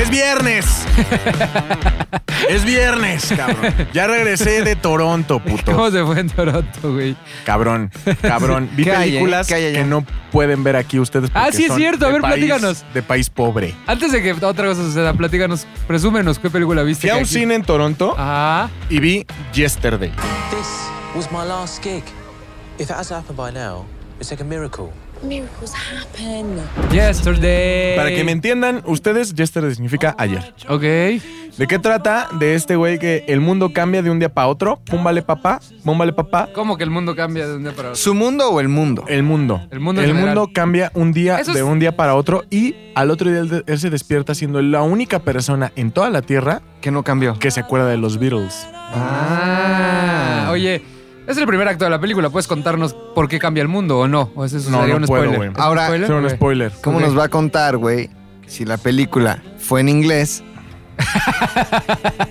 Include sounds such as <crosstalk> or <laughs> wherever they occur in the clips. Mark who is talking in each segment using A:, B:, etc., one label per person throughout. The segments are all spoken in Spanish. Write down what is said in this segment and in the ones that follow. A: Es
B: <laughs>
A: viernes. es viernes, cabrón. Ya regresé de Toronto, puto.
B: ¿Cómo se fue en Toronto, güey?
A: Cabrón, cabrón. Vi
C: ¿Qué hay, eh?
A: películas
C: ¿Qué hay allá?
A: que no pueden ver aquí ustedes.
B: Ah,
A: porque
B: sí, es
A: son
B: cierto. A
A: de
B: ver,
A: país-
B: platícanos.
A: De país pobre.
B: Antes de que otra cosa suceda, platícanos, presúmenos qué película viste.
A: Fui a
B: que
A: un
B: aquí-
A: cine en Toronto
B: Ah,
A: y vi Yesterday.
D: This was my last gig. If it has happened by now, it's like a miracle.
E: Miracles happen.
B: yesterday.
A: Para que me entiendan, ustedes, Yesterday significa ayer.
B: Ok.
A: ¿De qué trata? De este güey que el mundo cambia de un día para otro. Pum, vale, papá. Pum, vale, papá.
B: ¿Cómo que el mundo cambia de un día para otro?
C: ¿Su mundo o el mundo?
A: El mundo.
B: El mundo en general.
A: mundo cambia un día
B: Eso
A: de
B: es-
A: un día para otro y al otro día él, de- él se despierta siendo la única persona en toda la Tierra
C: Que no cambió.
A: que se acuerda de los Beatles.
B: Ah, oye, es el primer acto de la película. ¿Puedes contarnos por qué cambia el mundo o no? ¿O ese
A: No,
B: sería
A: no
B: un
A: puedo, güey.
B: spoiler? ¿Es un
C: Ahora,
B: spoiler?
A: Fue un
B: Ok.
A: spoiler.
C: ¿Cómo
B: Ok.
C: nos va a contar, güey, si la película fue en inglés?
B: <laughs>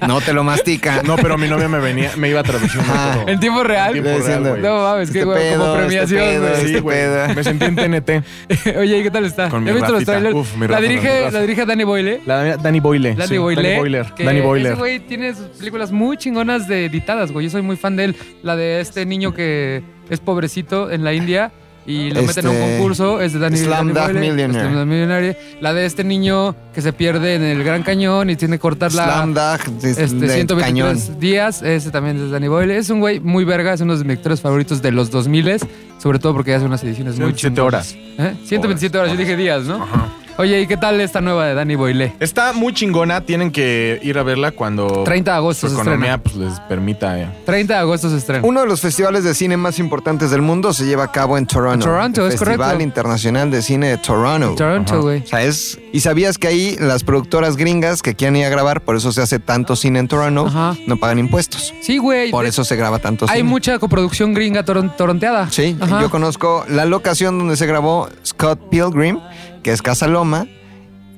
C: no te lo mastica.
A: No, pero mi novia me venía, me iba a traducir.
C: Ah.
B: En tiempo real.
A: Tiempo
C: Le decían,
A: real, güey.
B: No mames, qué
C: Este
B: güey, como
C: pedo,
B: premiación,
C: este
B: güey.
C: pedo,
A: Sí,
C: este
A: güey.
C: pedo.
A: Me sentí en TNT.
B: Oye, ¿y ¿qué tal está?
A: Con mi
B: ¿Ya viste los
A: Rafita.
B: trailers?
A: Uf, mi
B: la,
A: Rafa, mi
B: dirige,
A: Rafa.
B: la dirige Danny Boyle.
A: La, Danny Boyle.
B: Danny
A: sí,
B: Boyle.
A: Danny Boiler.
B: que
A: Danny
B: Ese
A: Boiler.
B: güey tiene sus películas muy chingonas de editadas, güey. Yo soy muy fan de él. La de este niño que es pobrecito en la India y lo meten a un
C: Este,
B: concurso. Es de Danny, Danny
C: Slam Dunk
B: Boyle.
C: Millionaire.
B: Slam Dunk Millionaire. La de este niño que se pierde en el Gran Cañón y tiene que cortar la...
C: Slam Dunk de,
B: Este,
C: del
B: 123
C: cañón.
B: días, ese también es Danny Boyle. Es un güey muy verga, es uno de mis lectores favoritos de los 2000 sobre todo porque hace unas ediciones muy
A: 7
B: chingonas.
A: horas.
B: ¿Eh? 127 horas, yo dije días, ¿no? Oye, ¿y qué tal esta nueva de Danny Boyle?
A: Está muy chingona. Tienen que ir a verla cuando
B: 30 de
A: su
B: agosto se
A: economía
B: estrena.
A: pues, les permita. eh.
B: 30 de agosto se estrena.
C: Uno de los festivales de cine más importantes del mundo se lleva a cabo en Toronto.
B: En Toronto,
C: el
B: es
C: Festival
B: correcto.
C: Internacional de Cine de Toronto.
B: Toronto, güey.
C: O sea, es. Y sabías que ahí las productoras gringas que quieren ir a grabar, por eso se hace tanto cine en Toronto,
B: Ajá.
C: no pagan impuestos.
B: Sí, güey.
C: Por eso se graba tanto
B: Hay
C: cine.
B: mucha coproducción gringa toron- toronteada.
C: Sí,
B: Ajá.
C: yo conozco la locación donde se grabó Scott Pilgrim, que es Casa Loma,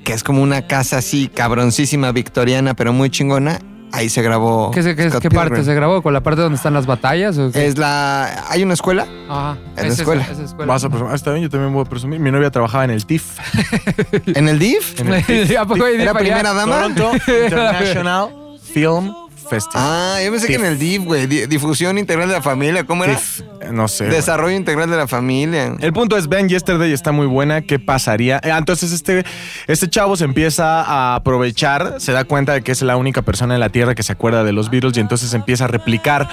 C: que es como una casa así cabroncísima victoriana, pero muy chingona. Ahí se grabó.
B: ¿Qué, se- qué-
C: Scott
B: qué
C: Pilgrim.
B: parte se grabó? ¿Con la parte donde están las batallas? o qué?
C: Es la. Hay una escuela.
B: Ajá.
C: la
B: Es esa-
C: escuela.
B: esa escuela. <laughs>
A: Vas a presumir. Ah, está bien, yo también voy a presumir. Mi novia trabajaba en el TIFF.
C: En
B: <laughs>
C: el DIF.
A: En el TIFF.
B: ¿A poco hay
C: Era
B: para allá?
C: primera dama.
A: Toronto International Film Festival.
C: Ah, yo pensé que en el DIF, güey. Di- difusión integral de la familia.
B: Ah,
C: ¿Cómo era?
A: Tif, no sé. güey.
C: Desarrollo integral de la familia.
B: Eh,
A: El punto es, Ben Yesterday está muy buena, ¿qué pasaría? Eh, Entonces este, este chavo se empieza a aprovechar, se da cuenta de que es la única persona en la Tierra que se acuerda de los Beatles y entonces empieza a replicar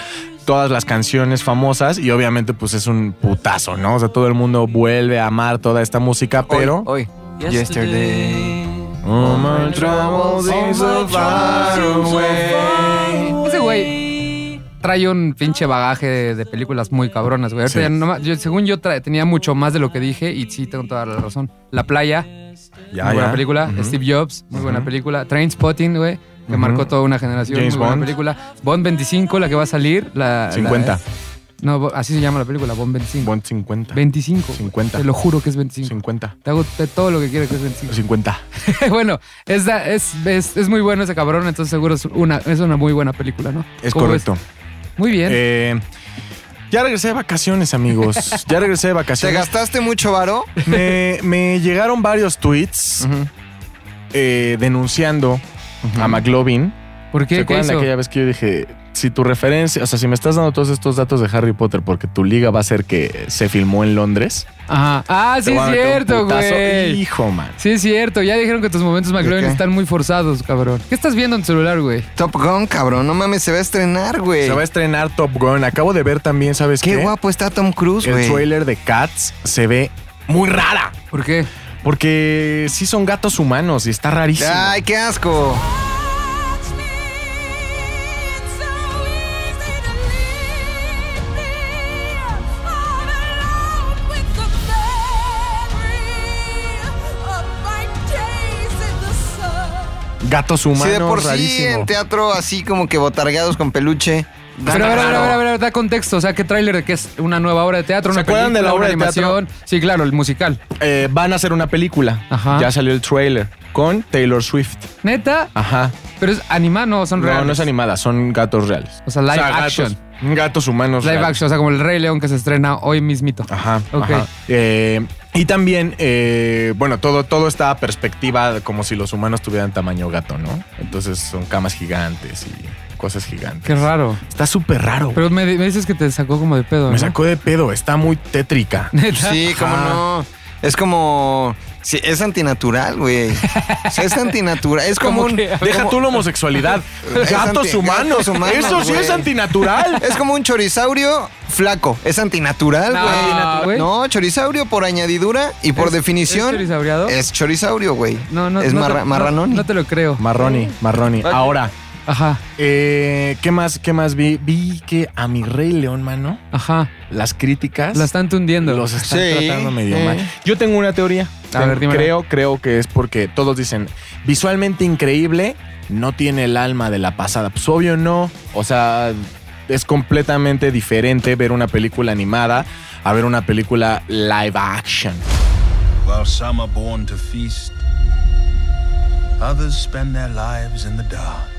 A: todas las canciones famosas y obviamente pues es un putazo, ¿no? O sea, todo el mundo vuelve a amar toda esta música, pero...
C: Hoy. Yesterday.
A: All my troubles seem so far away.
B: Ese güey trae un pinche bagaje de, de películas muy cabronas, güey. Ahorita
A: Sí.
B: ya no ma- yo- según yo trae- tenía mucho más de lo que dije y sí, tengo toda la razón. La playa,
A: Ya, ya.
B: muy buena película.
A: Ujú.
B: Steve Jobs, muy buena
A: Ujú.
B: película. Train Spotting, güey, que
A: Ujú.
B: marcó toda una generación.
A: James
B: muy buena
A: Bond.
B: película. Bond 25, la que va a salir. La, la- eh.
A: 50.
B: no, bo- así se llama la película, Bond 25.
A: Bond 50.
B: 25.
A: 50.
B: Te lo juro que es 25.
A: 50.
B: Te hago te- todo lo que quieras que es 25.
A: 50.
B: <laughs> bueno, es, da- es, es, es muy bueno ese cabrón, entonces seguro es una, es una muy buena película, ¿no?
A: Es
B: ¿Cómo
A: correcto.
B: ves? Muy bien.
A: Eh, ya regresé de vacaciones,
B: <laughs>
A: amigos. Ya regresé de
C: ¿Te
A: vacaciones.
C: gastaste
A: <laughs>
C: mucho varo?
A: Me, me llegaron varios tweets eh, denunciando a McLovin.
B: ¿Por
A: ¿Se
B: qué? ¿Qué
A: acuerdan de
B: hizo?
A: aquella vez que yo dije, si tu referencia, o sea, si me estás dando todos estos datos de Harry Potter porque tu liga va a ser que se filmó en Londres?
B: Ajá. Ah,
A: te
B: sí
A: voy a
B: es
A: meter un
B: cierto,
A: putazo.
B: güey.
A: Hijo, man.
B: Sí es cierto, ya dijeron que tus momentos McLovin
C: qué?
B: están muy forzados, cabrón. ¿Qué estás viendo en tu celular, güey?
C: Top Gun, cabrón. No mames, se va a estrenar, güey.
A: Se va a estrenar Top Gun. Acabo de ver también, ¿sabes qué?
C: Qué guapo está Tom Cruise,
A: El
C: güey.
A: trailer de Cats se ve muy rara.
B: ¿Por qué?
A: Porque sí son gatos humanos y está rarísimo.
C: Ay, qué asco.
A: Gatos humanos,
C: Si de por sí
A: rarísimo.
C: en teatro así como que botargados con peluche. da
B: Pero a ver, a ver, a ver, a
C: raro.
B: ver, da contexto. O sea, ¿qué tráiler de qué es una nueva obra de teatro?
A: ¿Se
B: una
A: acuerdan de la
B: película,
A: obra
B: una
A: de teatro?
B: animación? Sí, claro, el musical.
A: Eh, van a hacer una película.
B: Ajá.
A: Ya salió el trailer con Taylor Swift.
B: ¿Neta?
A: Ajá.
B: Pero es animado, no, son
A: No,
B: reales.
A: no es animada, son gatos reales.
B: O sea, live action.
A: gatos- Gatos, humanos.
B: Live
A: reales.
B: action, o sea, como el Rey León que se estrena hoy mismito.
A: Ajá.
B: Ok.
A: ajá. Eh, Y también, eh, bueno, todo, todo está a perspectiva de como si los humanos tuvieran tamaño gato, ¿no? Entonces son camas gigantes y cosas gigantes.
B: Qué raro.
A: Está súper raro. güey.
B: Pero me, me dices que te sacó como de pedo,
A: Me
B: ¿no?
A: sacó de pedo, está muy
B: <laughs>
A: tétrica.
B: Neta.
C: Sí, cómo
A: Ajá.
C: no. Es como. sí, es antinatural, güey. O sea, es antinatural.
B: <laughs>
C: Es
B: Como
C: como un.
B: que-
A: Deja tú la <laughs> homosexualidad.
C: Es
A: Gatos
C: anti-
A: humanos.
C: gatos humanos,
A: Eso sí
C: güey.
A: es antinatural.
C: Es como un chorisaurio flaco. Es antinatural,
B: No, antinatural,
C: güey.
B: güey.
C: No, chorisaurio por añadidura y por
B: ¿Es-
C: definición.
B: es chorizabriado?
C: Es chorisaurio, güey.
B: No, no,
C: Es
B: no
C: marra-
B: te,
C: marranón.
B: No, no te lo creo.
A: <laughs> Marroni, Marroni. Ahora,
B: Ajá,
A: eh, ¿qué más? ¿Qué más vi? Vi que a mi rey León, mano,
B: ajá.
A: las críticas
B: La están tundiendo.
A: los están
C: Sí,
A: tratando medio
C: sí.
A: mal. Yo tengo una teoría.
B: A
A: Ten-
B: ver, dímela.
A: creo, creo que es porque todos dicen visualmente increíble, no tiene el alma de la pasada. Pues obvio no. O sea, es completamente diferente ver una película animada a ver una película live action.
F: While some are born to feast, others spend their lives in the dark.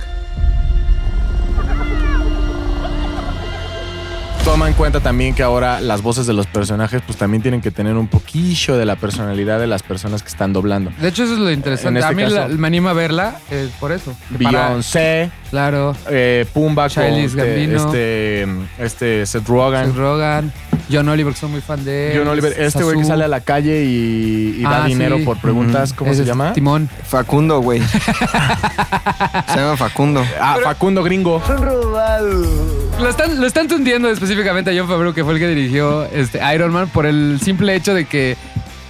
A: Toma en cuenta también que ahora las voces de los personajes pues también tienen que tener un poquillo de la personalidad de las personas que están doblando.
B: De hecho, eso es lo interesante.
A: este
B: a mí la-
A: caso-
B: me anima a verla eh, por eso. Que para-
A: Beyoncé,
B: claro.
A: eh, Pumba, con
B: Childish
A: este,
B: Gambino.
A: este, este Seth Rogen.
B: Seth Rogan, John Oliver, que son muy fan de él.
A: John Oliver, este güey
B: Sasu.
A: que sale a la calle y, y da
B: Ah,
A: dinero
B: sí.
A: por preguntas,
C: Ujú.
A: ¿cómo
B: Ese
A: se
B: es
A: llama?
B: Timón.
C: Facundo,
B: <laughs>
C: güey. Se llama Facundo.
A: Ah, Facundo Gringo.
B: Lo están, lo están tundiendo específicamente a John Favreau, que fue el que dirigió este, Iron Man, por el simple hecho de que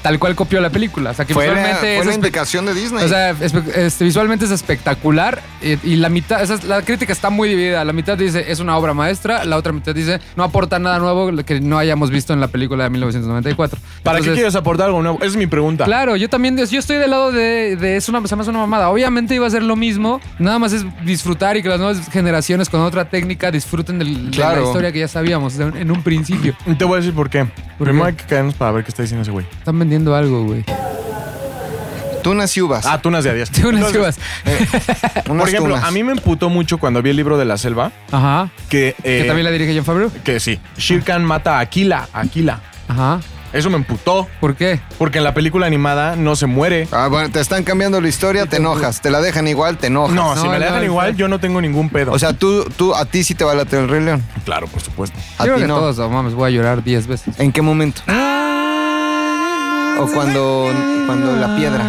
B: tal cual copió la película. O sea, que
C: Fue la,
B: visualmente
C: fue
B: es
C: la
B: espe-
C: indicación de Disney.
B: O sea, espe- este, visualmente es espectacular eh, y, la mitad, esa es- la crítica está muy dividida. La mitad dice es una obra maestra, la otra mitad dice no aporta nada nuevo que no hayamos visto en la película de 1994.
A: ¿Para qué
B: Entonces,
A: quieres aportar algo nuevo? Esa es mi
C: Ah.
A: pregunta.
B: Claro, yo también, yo estoy del lado de, de es una, se me hace una mamada. Obviamente iba a ser lo mismo, nada más es disfrutar y que las nuevas generaciones con otra técnica disfruten del- de
C: Claro.
B: la historia que ya sabíamos de un- en un principio.
A: Y Te voy a decir por qué.
B: ¿Por
A: Primero
B: qué?
A: hay que caernos para ver qué está diciendo ese güey.
B: Están vendiendo algo, güey. <laughs>
C: tunas y uvas.
A: Ah, tunas de adiós.
B: Tengo unas
A: Entonces,
B: chivas.
C: Unas
A: Por ejemplo,
C: tunas.
A: a mí me emputó mucho cuando vi el libro de la selva
B: Ajá.
A: que... eh,
B: que también la dirige John Favreau.
A: que sí. Shere Khan mata a Aquila. Aquila.
B: Ajá.
A: Eso me emputó.
B: ¿Por qué?
A: Porque en la película animada no se muere.
C: Ah, bueno, te están cambiando la historia, te enojas. Te la dejan igual, te enojas.
A: No,
B: No,
A: si me la
B: no,
A: dejan
B: no.
A: igual, yo no tengo ningún pedo.
C: O sea, tú, tú, a ti sí te va a latir el Rey León.
A: claro, por supuesto.
C: A
B: Yo creo
C: ti
B: que
C: no.
B: todos, no mames, voy a llorar 10 veces.
C: ¿En qué momento?
B: Ah,
C: O cuando, cuando la piedra.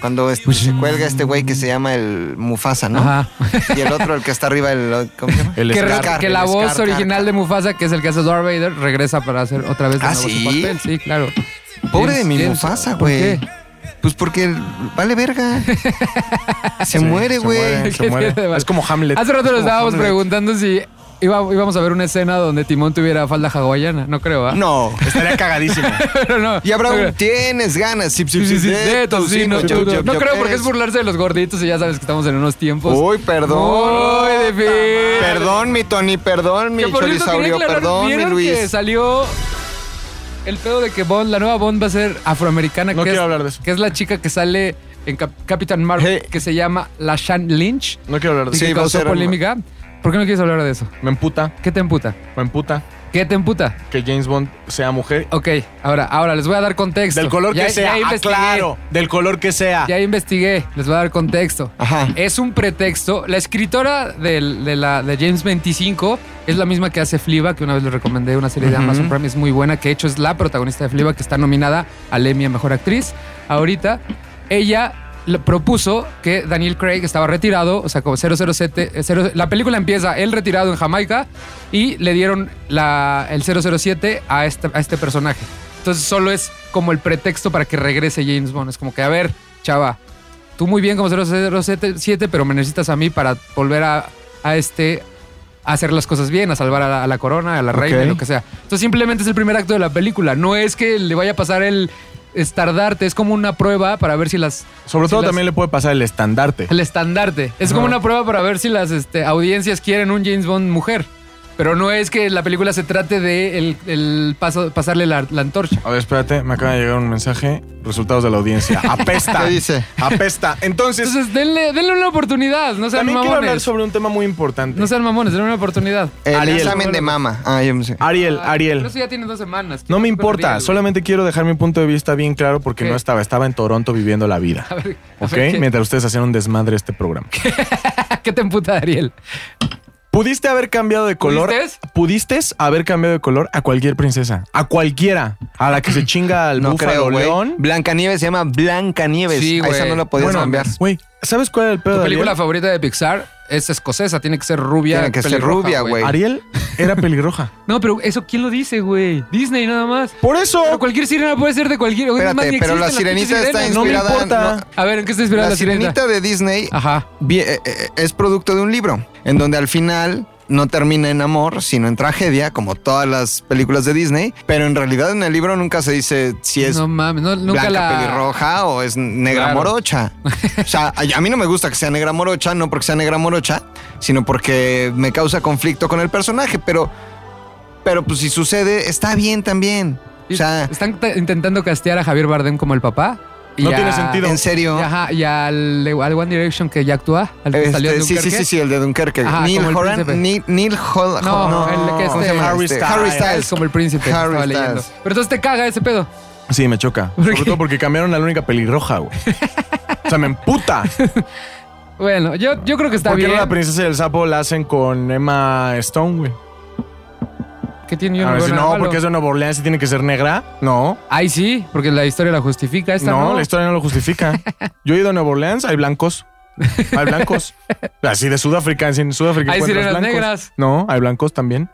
C: Cuando este, se cuelga este güey que se llama el Mufasa, ¿no?
B: Ajá.
C: Y el otro, el que está arriba, el. ¿Cómo se llama?
A: El
B: que, re-
A: Scar.
B: que la
C: el
B: voz
C: Scar,
B: original
C: Scar.
B: de Mufasa, que es el que hace Darth Vader, regresa para hacer otra vez de
C: ¿Ah,
B: nuevo
C: sí?
B: su papel. Sí, claro.
C: Pobre
B: James-
C: de mi
B: James-
C: Mufasa,
B: ¿Por
C: güey.
B: qué?
C: Pues porque el- vale verga.
A: Sí,
C: Se muere, güey.
A: muere, se muere.
B: <laughs> Qué mierda.
A: Es como Hamlet.
B: Hace rato nos estábamos
C: Hamlet.
B: preguntando si iba- íbamos a ver una escena donde Timón tuviera falda hawaiana. No creo, ¿ah? <laughs>
C: No.
A: Estaría cagadísimo.
B: Pero no.
C: Y habrá
B: no
C: un
B: creo.
C: tienes ganas. Sip,
B: <laughs>
C: sip,
B: Sí, sí, sí,
C: sip, de
B: de tocino,
C: tocino,
B: chup,
C: chup,
B: chup.
C: chup,
B: No
C: chup,
B: creo porque
C: eres.
B: es burlarse de los gorditos y ya sabes que estamos en unos tiempos.
C: Uy, perdón.
B: Uy, Pues, de fin.
C: Perdón, mi Tony, perdón, mi
B: Que por cierto, quería
C: chorisaurio,
B: aclarar,
C: perdón, mi
B: ¿vieron que
C: Luis.
B: salió el pedo de que Bond, la nueva Bond va a ser afroamericana.
A: No
B: que
A: quiero
B: es,
A: hablar de eso.
B: Que es la chica que sale en Cap- Capitán Marvel,
C: Hey.
B: que se llama Lashan Lynch.
A: No quiero hablar de
B: Y
A: eso.
C: Sí,
B: que
C: va a
B: causó
C: ser-
B: polémica. ¿Por qué no quieres hablar de eso?
A: Me emputa,
B: ¿Qué te emputa?
A: me emputa
B: ¿Qué te emputa?
A: que James Bond sea mujer.
B: Ok, ahora, ahora les voy a dar contexto.
A: Del color
B: Ya-
A: que sea,
B: ya
A: ah,
B: investigué,
A: claro. Del color que sea.
B: Ya investigué, les voy a dar contexto.
C: Ajá.
B: Es un pretexto. La escritora del- de, la, de James 25 es la misma que hace Fliba, que una vez les recomendé una serie de Amazon Prime, es muy buena, que de hecho es la protagonista de Fliba, que está nominada al Emmy a Mejor Actriz. Ahorita, ella le propuso que Daniel Craig estaba retirado, o sea, como 007. eh, cero- la película empieza él retirado en Jamaica y le dieron la- el 007 a este, a este personaje. Entonces solo es como el pretexto para que regrese James Bond. Es como que, a ver, chava, tú muy bien como 007, pero me necesitas a mí para volver a, a este a hacer las cosas bien, a salvar a la, a la corona, a la reina,
C: Ok.
B: lo que sea. Entonces simplemente es el primer acto de la película. No es que le vaya a pasar el estardarte, es como una prueba para ver si las...
A: Sobre
B: si
A: todo
B: las-
A: también le puede pasar el estandarte.
B: El estandarte. Es como una prueba para ver si las este, audiencias quieren un James Bond mujer. Pero no es que la película se trate de el, el paso- pasarle la, la antorcha.
A: A ver, espérate, me acaba de llegar un mensaje. Resultados de la
B: <laughs>
A: audiencia. Apesta.
C: ¿Qué dice?
A: Apesta. Entonces,
B: Entonces, denle, denle una oportunidad. No sean
A: también quiero hablar
B: mamones.
A: sobre un tema muy importante.
B: No sean mamones, denle una oportunidad.
C: El
A: Ariel.
C: examen de mama. Ah, yo me sé.
A: Ariel, Ariel.
B: Pero eso ya tiene dos semanas.
A: No me
B: Qué
A: importa,
B: perdido, güey.
A: solamente quiero dejar mi punto de vista bien claro porque
B: ¿Qué?
A: no estaba, estaba en Toronto viviendo la vida.
B: A ver, a
A: ¿Ok?
B: ver, ¿qué-
A: Mientras ustedes hacían un desmadre este programa.
B: <laughs> ¿Qué te emputa, Ariel?
A: Pudiste haber cambiado de color.
B: ¿Pudistes?
A: ¿Pudiste haber cambiado de color a cualquier princesa. A cualquiera. A la que se
C: <clears throat>
A: chinga al
C: No
A: búfalo
C: creo,
A: león.
C: güey. Blancanieves se llama Blancanieves.
B: Sí,
C: A
B: güey.
C: Esa
B: pues,
C: no la podías
A: Bueno,
C: cambiar.
A: Güey, ¿sabes cuál era el pedo
B: Tu
A: de
B: película
A: Ariel?
B: favorita de Pixar es escocesa, tiene que ser rubia.
C: Tiene que ser
B: pelirroja,
C: rubia, güey.
A: Ariel era
B: <laughs>
A: pelirroja.
B: No, pero eso ¿quién lo dice, güey? Disney nada más.
A: Por eso.
B: Pero cualquier sirena puede ser de cualquier. güey, es más,
C: Espérate,
B: ni
C: pero la
B: existen las
C: sirenita
B: pinches
C: está
B: sirenas.
A: No me
C: inspirada.
A: importa.
C: no,
B: A ver, ¿en qué está inspirada
C: la,
B: la,
C: sirenita de Disney
B: Ajá.
C: vi- eh, eh, es producto de un libro, en donde al final no termina en amor, sino en tragedia, como todas las películas de Disney. Pero en realidad en el libro nunca se dice si es
B: no mames, no- nunca
C: blanca
B: la.
C: pelirroja o es negra
B: Claro.
C: morocha. O sea, a, a mí no me gusta que sea negra morocha, no porque sea negra morocha, sino porque me causa conflicto con el personaje, pero pero pues si sucede está bien también. O sea,
B: Están t- intentando castear a Javier Bardem como el papá. y
A: No
B: a-
A: tiene sentido.
C: en serio.
B: Y, ajá, y al, al One Direction que ya actúa, al que
C: Este,
B: salió de
C: sí, sí, sí, sí, el de Dunkerque.
B: Ajá,
C: Neil
B: como el
C: Horan,
B: príncipe.
C: Neil, Neil Hol-
B: No,
C: Hol-
B: el que
C: ¿cómo
B: este-
C: se llama
A: Harry
C: este?
A: Styles.
C: Harry
B: Es
C: Styles.
B: como el príncipe.
C: Harry
B: estaba
C: Styles.
B: leyendo. Pero entonces te caga ese pedo.
A: Sí, me choca.
B: ¿Por
A: Sobre
B: qué?
A: todo porque cambiaron a la única pelirroja, güey. O sea, me emputa.
B: Bueno, yo, yo creo que está
A: ¿Por qué
B: bien.
A: no la princesa del sapo la hacen con Emma Stone, güey?
B: que tiene
A: A
B: una
A: ver, si
B: buena
A: no,
B: mano.
A: porque es de Nueva Orleans y tiene que ser negra. No,
B: Ay, sí, porque la historia la justifica. Esta
A: no,
B: no.
A: la historia no lo justifica. Yo he ido a Nueva Orleans, hay blancos. Hay blancos. Así de Sudáfrica, en Sudáfrica.
B: Hay
A: encuentras
B: sirenas
A: blancos.
B: negras.
A: No, hay blancos también.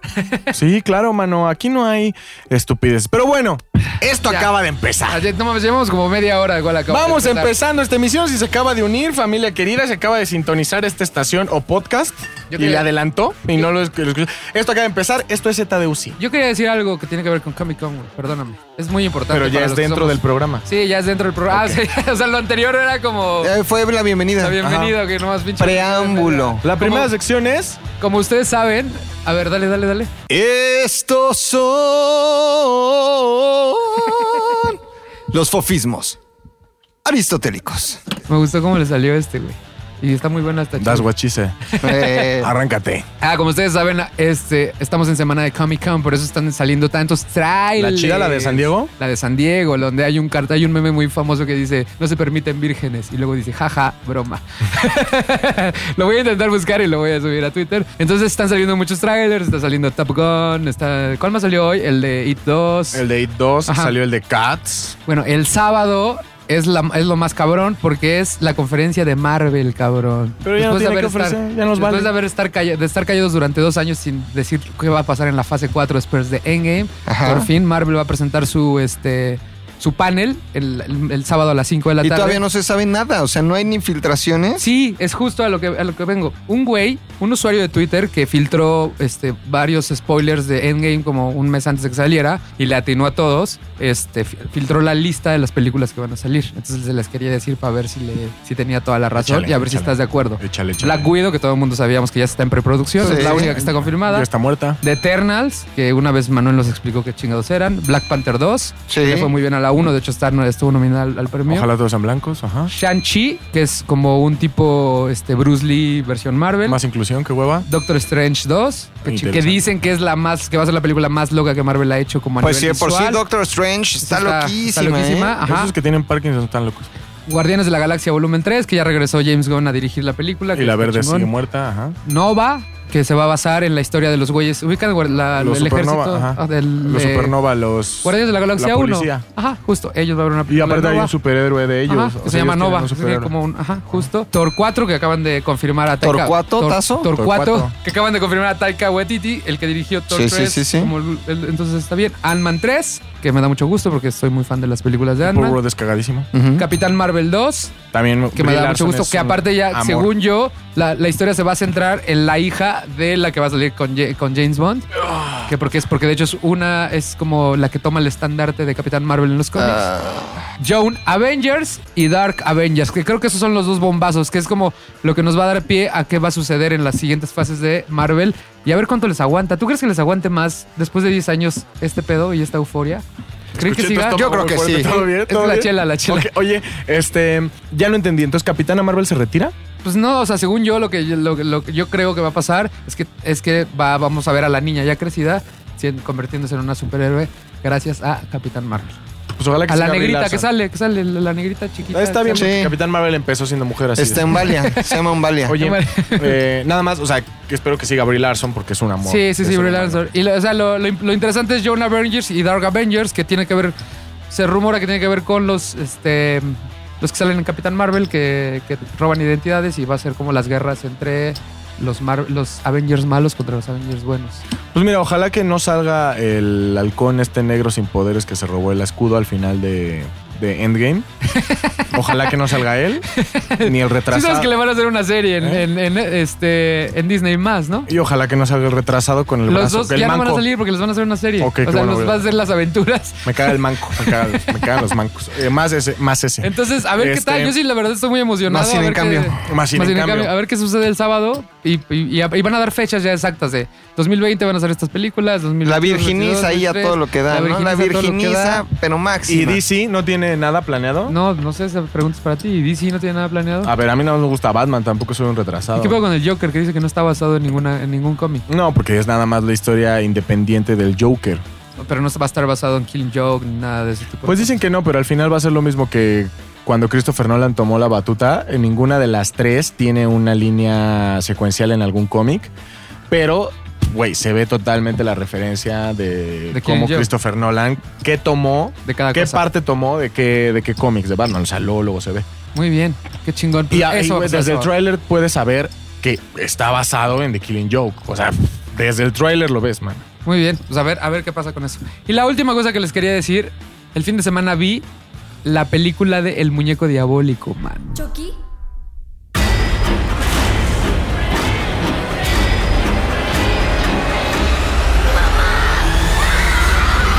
A: Sí, claro, mano. Aquí no hay estupidez. Pero bueno, esto
B: Ah, Ya.
A: acaba de empezar.
B: Ayer, no mames, llevamos como media hora igual acabo de
A: Vamos
B: empezar.
A: empezando esta emisión. Si se acaba de unir, familia querida, se acaba de sintonizar esta estación o podcast
B: Yo
A: y
B: quería-
A: le adelantó y no lo esc- lo escuchó. Esto acaba de empezar. Esto es ZDUCI,
B: Yo quería decir algo que tiene que ver con Comic Con, güey, Perdóname. Es muy importante.
A: pero ya
B: para
A: es
B: lo que
A: dentro
B: somos.
A: del programa.
B: Sí, ya es dentro del programa. Ah, sí, <laughs> o sea, lo anterior era como.
C: Eh, fue la bienvenida.
B: la bienvenido, que nomás pinche.
C: Preámbulo.
A: La primera
B: ¿Cómo?
A: sección es
B: Como ustedes saben. A ver, dale, dale, dale.
C: Estos son los fofismos
B: <laughs>
C: aristotélicos.
B: Me gustó cómo le salió este, güey. Y está muy buena esta
A: Das guachise.
C: Eh,
A: Arráncate.
B: Ah, como ustedes saben, este, estamos en semana de Comic Con, por eso están saliendo tantos trailers.
A: ¿La chida, la de San Diego?
B: La de San Diego, donde hay un carta, hay un meme muy famoso que dice, no se permiten vírgenes. Y luego dice, jaja,
A: <laughs>
B: broma. <laughs> lo voy a intentar buscar y lo voy a subir a Twitter. Entonces están saliendo muchos trailers, está saliendo Top Gun, está... ¿Cuál más salió hoy? El de It 2.
A: El de It 2,
B: Ajá.
A: salió el de Cats.
B: Bueno, el sábado... Es, la- es lo más cabrón porque es la conferencia de Marvel, cabrón.
A: Pero ya no tiene
B: haber
A: que ofrecer, ya nos
B: Después
A: vale.
B: de haber estar calla- de estar callados durante dos años sin decir qué va a pasar en la fase 4 después de Endgame,
C: Ajá.
B: por fin Marvel va a presentar su este su panel el, el- el sábado a las 5 de la
C: y
B: tarde.
C: todavía no se sabe nada, o sea, no hay ni filtraciones.
B: Sí, es justo a lo que, a lo que vengo. Un güey, un usuario de Twitter que filtró este, varios spoilers de Endgame como un mes antes de que saliera y le atinó a todos, este, fi- filtró la lista de las películas que van a salir. Entonces se las quería decir para ver si, le, si tenía toda la razón
A: Échale,
B: y a ver si
A: échale.
B: estás de acuerdo.
A: Échale, échale.
B: Black Widow, que todo el mundo sabíamos que ya está en preproducción,
C: Sí.
B: es la única que está confirmada.
A: Ya está muerta.
B: The Eternals, que una vez Manuel nos explicó qué chingados eran. Black Panther 2,
C: Sí.
B: que le fue muy bien a la 1, de hecho está, estuvo nominada al, al premio.
A: Ojalá todos sean blancos. Ajá.
B: Shang-Chi, que es como un tipo este, Bruce Lee versión Marvel.
A: Más inclusión que hueva.
B: Doctor Strange 2, que,
A: Interesante.
B: que dicen que es la más, que va a ser la película más loca que Marvel ha hecho como a
C: Pues sí,
B: nivel
C: por sí,
B: visual.
C: Doctor Strange está, loquísima.
B: está loquísima,
C: ¿eh?
B: ajá.
A: Esos que tienen Parkinson están locos.
B: Guardianes de la Galaxia Volumen 3, que ya regresó James Gunn a dirigir la película. que
A: Y la
B: está
A: verde
B: chingón.
A: sigue muerta. Ajá.
B: Nova, que se va a basar en la historia de los güeyes. Ubican guar- la-
A: Los
B: el ejército
A: supernova.
B: ah,
A: Ajá.
B: del,
A: Los
B: de
A: supernova, los.
B: Guardianes de la Galaxia
A: la
B: 1.
A: policía.
B: Ajá, justo. Ellos van a ver una
A: Y
B: película.
A: aparte hay
B: Nova.
A: un superhéroe de ellos.
B: Ajá,
A: O
B: que
A: sea,
B: se llama
A: ellos tienen
B: Nova.
A: un
B: sí,
A: superhéroe.
B: como un, ajá, justo. Thor 4, que acaban de confirmar a Taika.
C: ¿Torcuato,
B: Tor-
C: Tazo?
B: Torcuato,
A: Torcuato.
B: que acaban de confirmar a Taika Waititi, el que dirigió Thor
C: Sí, sí,
B: 3.
C: sí, sí.
B: como el- el- entonces está bien. Ant-Man 3, que me da mucho gusto porque soy muy fan de las películas de
A: Paul
B: Ant-Man.
A: Rudd es cagadísimo.
C: Ujú.
B: Capitán Marvel 2,
A: También.
B: que me
A: Brie
B: da mucho
A: Larson
B: gusto.
A: es
B: Que
A: un
B: aparte ya,
A: amor.
B: según yo, la, la historia se va a centrar en la hija de la que va a salir con, Ja- con James Bond. Que porque es porque de hecho es una, es como la que toma el estandarte de Capitán Marvel en los cómics.
C: Ah,
B: Joan Avengers y Dark Avengers, que creo que esos son los dos bombazos, que es como lo que nos va a dar pie a qué va a suceder en las siguientes fases de Marvel, y a ver cuánto les aguanta. ¿Tú crees que les aguante más después de 10 años este pedo y esta euforia? ¿Creen
A: Escuché
B: que
A: tu
B: siga?
A: estómago
C: Yo creo
A: muy
C: que
A: fuerte.
C: sí.
A: ¿Todo bien?
B: Es
A: ¿Todo
B: la
A: bien?
B: chela, la chela.
A: Ok, Oye, este, ya lo entendí. Entonces, ¿Capitana Marvel se retira?
B: Pues no, o sea, según yo, lo que yo, lo, lo que yo creo que va a pasar es que, es que va, vamos a ver a la niña ya crecida sien- convirtiéndose en una superhéroe gracias a Capitán Marvel.
A: Pues ojalá que
B: A la
A: sea Brie
B: negrita que
A: Larson.
B: sale, que sale, la negrita chiquita.
A: Ah, Está bien,
C: Sí.
A: porque Capitán Marvel empezó siendo mujer así.
C: Está
B: <laughs>
C: en Valia, se llama Valia.
A: Oye, eh, nada más, o sea, que espero que siga Brie Larson porque es un amor.
B: Sí, sí,
A: Es
B: sí,
A: un
B: Brie
A: amor.
B: Larson. Y lo, o sea, lo, lo- lo interesante es John Avengers y Dark Avengers, que tiene que ver. Se rumora que tiene que ver con los este los que salen en Capitán Marvel, que, que roban identidades y va a ser como las guerras entre los, Mar- los Avengers malos contra los Avengers buenos.
A: Pues mira, ojalá que no salga el halcón este negro sin poderes que se robó el escudo al final de, de Endgame. Ojalá que no salga él, ni el
B: <laughs> Sí,
A: retrasado.
B: sabes que le van a hacer una serie en,
A: ¿Eh?
B: en- en, este, en Disney más, ¿no?
A: Y ojalá que no salga el retrasado con el
B: Los
A: brazo.
B: dos
A: el
B: ya no
A: manco.
B: van a salir porque les van a hacer una serie.
A: Ok, qué
B: o sea,
A: bueno,
B: nos
A: ¿verdad?
B: va a hacer
A: <laughs>
B: las aventuras.
A: Me caga el manco, me cagan los, me cagan los mancos. Eh, más ese, más ese.
B: Entonces, a ver qué
A: Este-
B: tal. Yo sí, la verdad, estoy muy emocionado.
C: Más sin
B: a ver
C: en cambio.
B: qué-
A: Más sin
B: Más
A: en
B: bien, en
A: cambio.
B: cambio, a ver qué sucede el sábado y, y- y- y van a dar fechas ya exactas de 2020 van a ser estas películas, 2021,
C: La virginiza
B: 2022,
C: ahí a
B: 2023,
C: todo lo que da, ¿no? La
B: a todo lo que
C: virginiza,
B: da.
C: pero
A: ¿Y
C: máxima.
A: DC no tiene nada planeado?
B: No, no sé, esas preguntas para ti. ¿Y DC no tiene nada planeado?
A: A ver, a mí no me gusta Batman, tampoco soy un retrasado.
B: ¿Y qué pasa con el Joker que dice que no está basado en, ninguna, en ningún cómic?
A: No, porque es nada más la historia independiente del Joker.
B: Pero no va a estar basado en Killing Joke ni nada de ese tipo. de
A: Pues
B: cosas.
A: dicen que no, pero al final va a ser lo mismo que cuando Christopher Nolan tomó la batuta. En ninguna de las tres tiene una línea secuencial en algún cómic, pero, güey, se ve totalmente la referencia de,
B: ¿De quién,
A: cómo
B: yo?
A: Christopher Nolan, qué tomó,
B: de cada
A: qué
B: cosa.
A: parte tomó de qué, de qué cómics de Batman. O sea, luego, luego se ve.
B: Muy bien, qué chingón.
A: Y,
B: Pues
A: ahí,
B: eso,
A: güey,
B: pues
A: desde
B: eso.
A: el tráiler puedes saber que está basado en The Killing Joke. O sea, desde el tráiler lo ves, man.
B: Muy bien, pues a ver, a ver qué pasa con eso. Y la última cosa que les quería decir, el fin de semana vi la película de El Muñeco Diabólico, man.
G: Chucky,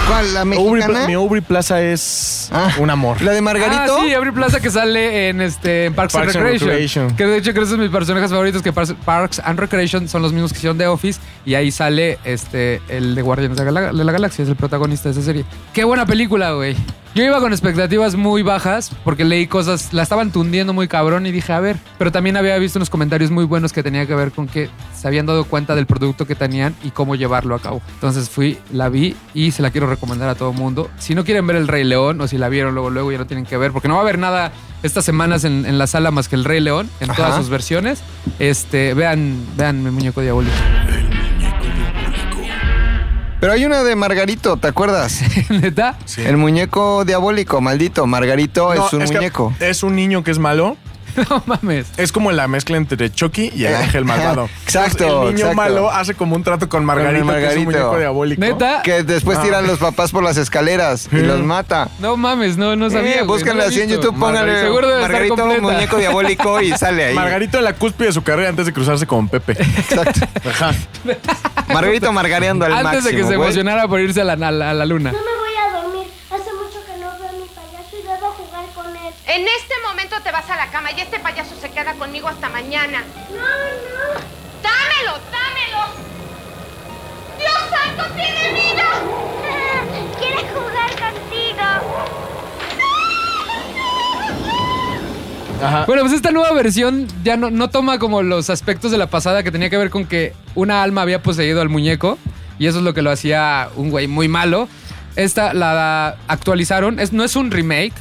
C: ¿Cuál? ¿La
A: Aubrey Pla-
C: mexicana?
A: mi Aubrey Plaza es
C: Ah.
A: un amor.
C: ¿La de Margarito?
B: Ah, sí, Aubrey Plaza que sale en este en Parks,
A: Parks
B: and
A: and
B: Recreation.
A: Recreation.
B: Que de hecho creo que esos son mis personajes favoritos, que Parks, Parks and Recreation son los mismos que hicieron The Office y ahí sale este el de Guardianes de la, Gala- de la Galaxia, es el protagonista de esa serie. Qué buena película, güey. Yo iba con expectativas muy bajas porque leí cosas, la estaban tundiendo muy cabrón y dije, a ver, pero también había visto unos comentarios muy buenos que tenía que ver con que se habían dado cuenta del producto que tenían y cómo llevarlo a cabo. Entonces fui, la vi y se la quiero recomendar a todo mundo. Si no quieren ver El Rey León o si la vieron luego, luego ya no tienen que ver, porque no va a haber nada estas semanas en, en la sala más que El Rey León, en todas
C: Ajá.
B: sus versiones. Este, vean, vean mi muñeco diabólico. <laughs>
C: Pero hay una de Margarito, ¿te acuerdas?
B: ¿Neta?
C: El muñeco diabólico, maldito. Margarito
A: No,
C: es un
A: que
C: muñeco.
A: Es un niño que es malo.
B: No mames.
A: Es como la mezcla entre Chucky y el
C: Ah,
A: ángel malvado.
C: <laughs> exacto,
A: Entonces, El niño
C: exacto.
A: malo hace como un trato con Margarito,
C: Con el
A: que es un
C: Margarito.
A: muñeco diabólico.
B: ¿Neta?
C: Que
B: Ah.
C: después tiran los papás por las escaleras y los mata.
B: No mames, no, no sabía.
C: Eh,
B: güey, no
C: búsquenla
B: la he
C: así en
B: visto.
C: YouTube, póngale
B: Seguro debe estar
C: Margarito
B: completa.
C: muñeco diabólico y sale ahí.
A: Margarito en la cúspide de su carrera antes de cruzarse con Pepe.
C: Exacto.
A: <laughs> Ajá.
C: Margarito margareando al
B: Antes
C: máximo.
B: de que se
C: güey.
B: emocionara por irse a la, a la- a la luna.
H: No me voy a dormir. Hace mucho que no veo a mi payaso y debo jugar con él.
I: En este momento te vas a la cama y este payaso se queda conmigo hasta mañana.
H: No, no.
I: ¡Dámelo! ¡Dámelo! ¡Dios santo, tiene vida!
H: Quiere jugar contigo.
A: Ajá.
B: Bueno, pues esta nueva versión ya no, no toma como los aspectos de la pasada que tenía que ver con que una alma había poseído al muñeco y eso es lo que lo hacía un güey muy malo. Esta la actualizaron, es, no es un remake.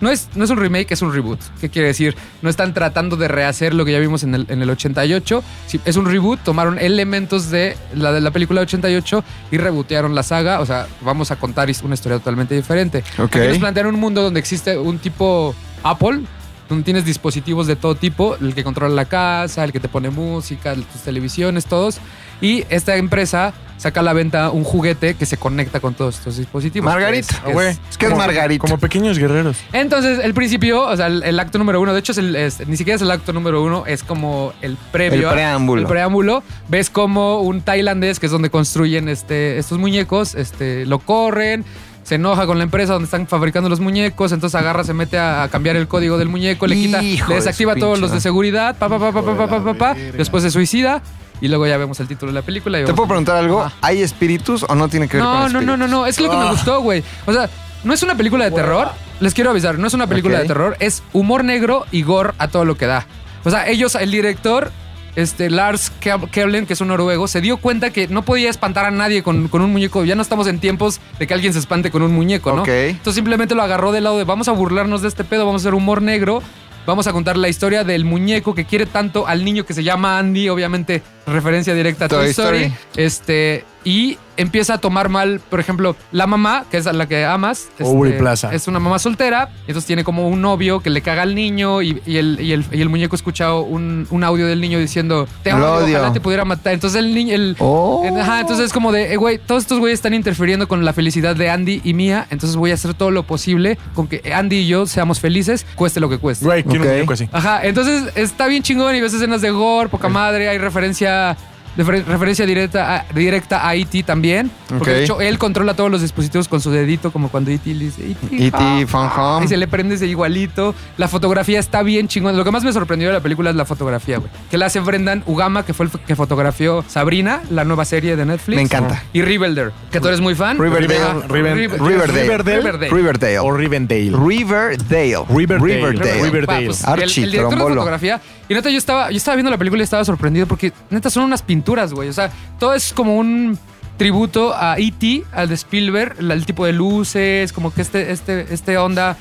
B: No es, no es un remake, es un reboot. ¿Qué quiere decir? No están tratando de rehacer lo que ya vimos en el, en el 88. Sí, es un reboot, tomaron elementos de la, de la película 88 y rebotearon la saga. O sea, vamos a contar his- una historia totalmente diferente.
C: Ok.
B: Aquí nos plantean un mundo donde existe un tipo Apple, donde tienes dispositivos de todo tipo, el que controla la casa, el que te pone música, tus televisiones, todos. Y esta empresa saca a la venta un juguete que se conecta con todos estos dispositivos.
C: Margarito,
B: Que es- que
C: güey.
B: es-
C: Es que es Margarito.
A: Como pequeños guerreros.
B: entonces, el principio, o sea, el, el acto número uno, de hecho, es el- es- ni siquiera es el acto número uno, es como el previo.
C: El preámbulo.
B: El preámbulo. Ves como un tailandés, que es donde construyen este, estos muñecos, este, lo corren, se enoja con la empresa donde están fabricando los muñecos, entonces agarra, se mete a, a cambiar el código del muñeco, le quita,
C: Hijo
B: le
C: de su
B: desactiva
C: pinche
B: todos los de
C: madre.
B: seguridad, pa, pa, pa, pa, pa, pa, pa, pa, pa, después se suicida. y luego ya vemos el título de la película. y
C: ¿Te
B: vamos
C: puedo
B: a-
C: preguntar algo?
B: Ah.
C: ¿Hay espíritus o no tiene que ver con
B: No, no,
C: espíritus?
B: no, no, no. Es lo que me
C: Ah.
B: gustó, güey. O sea, no es una película de terror. Les quiero avisar, no es una película
C: Ok.
B: de terror. Es humor negro y gore a todo lo que da. O sea, ellos, el director, este, Lars Ke- Kevlen, que es un noruego, se dio cuenta que no podía espantar a nadie con, con un muñeco. Ya no estamos en tiempos de que alguien se espante con un muñeco, ¿no?
C: Ok.
B: Entonces simplemente lo agarró del lado de vamos a burlarnos de este pedo, vamos a hacer humor negro. Vamos a contar la historia del muñeco que quiere tanto al niño que se llama Andy, obviamente referencia directa a Toy,
C: Toy
B: Story.
C: Story.
B: Este, y empieza a tomar mal, por ejemplo, la mamá, que es a la que amas. este,
A: Aubrey Plaza.
B: Es una mamá soltera, entonces tiene como un novio que le caga al niño y, y el, y el- y el muñeco escuchaba un, un audio del niño diciendo, te
C: Lo
B: odio, ojalá
C: odio.
B: te pudiera matar. Entonces el niño, el,
C: Oh.
B: Ajá, entonces es como de, eh, güey, todos estos güeyes están interfiriendo con la felicidad de Andy y mía, entonces voy a hacer todo lo posible con que Andy y yo seamos felices, cueste lo que cueste.
A: Güey, quiero
C: Ok.
A: un muñeco así.
B: Ajá, entonces está bien chingón y ves escenas de gore, poca madre, hay referencia de fer- referencia directa a, directa a E.T. también. Porque
C: Ok.
B: de hecho él controla todos los dispositivos con su dedito, como cuando E.T. le dice E.T.
C: E.T. E Fun Home.
B: Y se le prende ese igualito. La fotografía está bien chingona. Lo que más me sorprendió de la película es la fotografía, güey. Que la hace Brendan Ugama, que fue el fo- que fotografió Sabrina, la nueva serie de Netflix.
C: Me encanta.
B: Y Riverdale, que tú eres muy fan.
C: Riverdale.
B: Ajá.
A: Riven-
B: River-
C: Riverdale.
B: Riverdale.
C: Riverdale.
A: O Rivendale.
C: Riverdale.
A: Riverdale. Riverdale.
B: Pa, pues, el,
C: Archie,
B: el director de
C: Trombolo.
B: fotografía. Y neta, yo estaba, yo estaba viendo la película y estaba sorprendido porque neta son unas pinturas, güey. O sea, todo es como un tributo a E.T., al de Spielberg, la- el tipo de luces, como que este, este, este onda,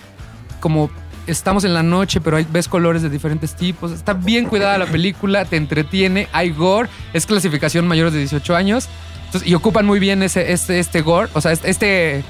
B: como estamos en la noche, pero hay, ves colores de diferentes tipos. Está bien cuidada la película, te entretiene, hay gore, es clasificación mayores de 18 años. Entonces, y ocupan muy bien ese, este, este gore, o sea, este- este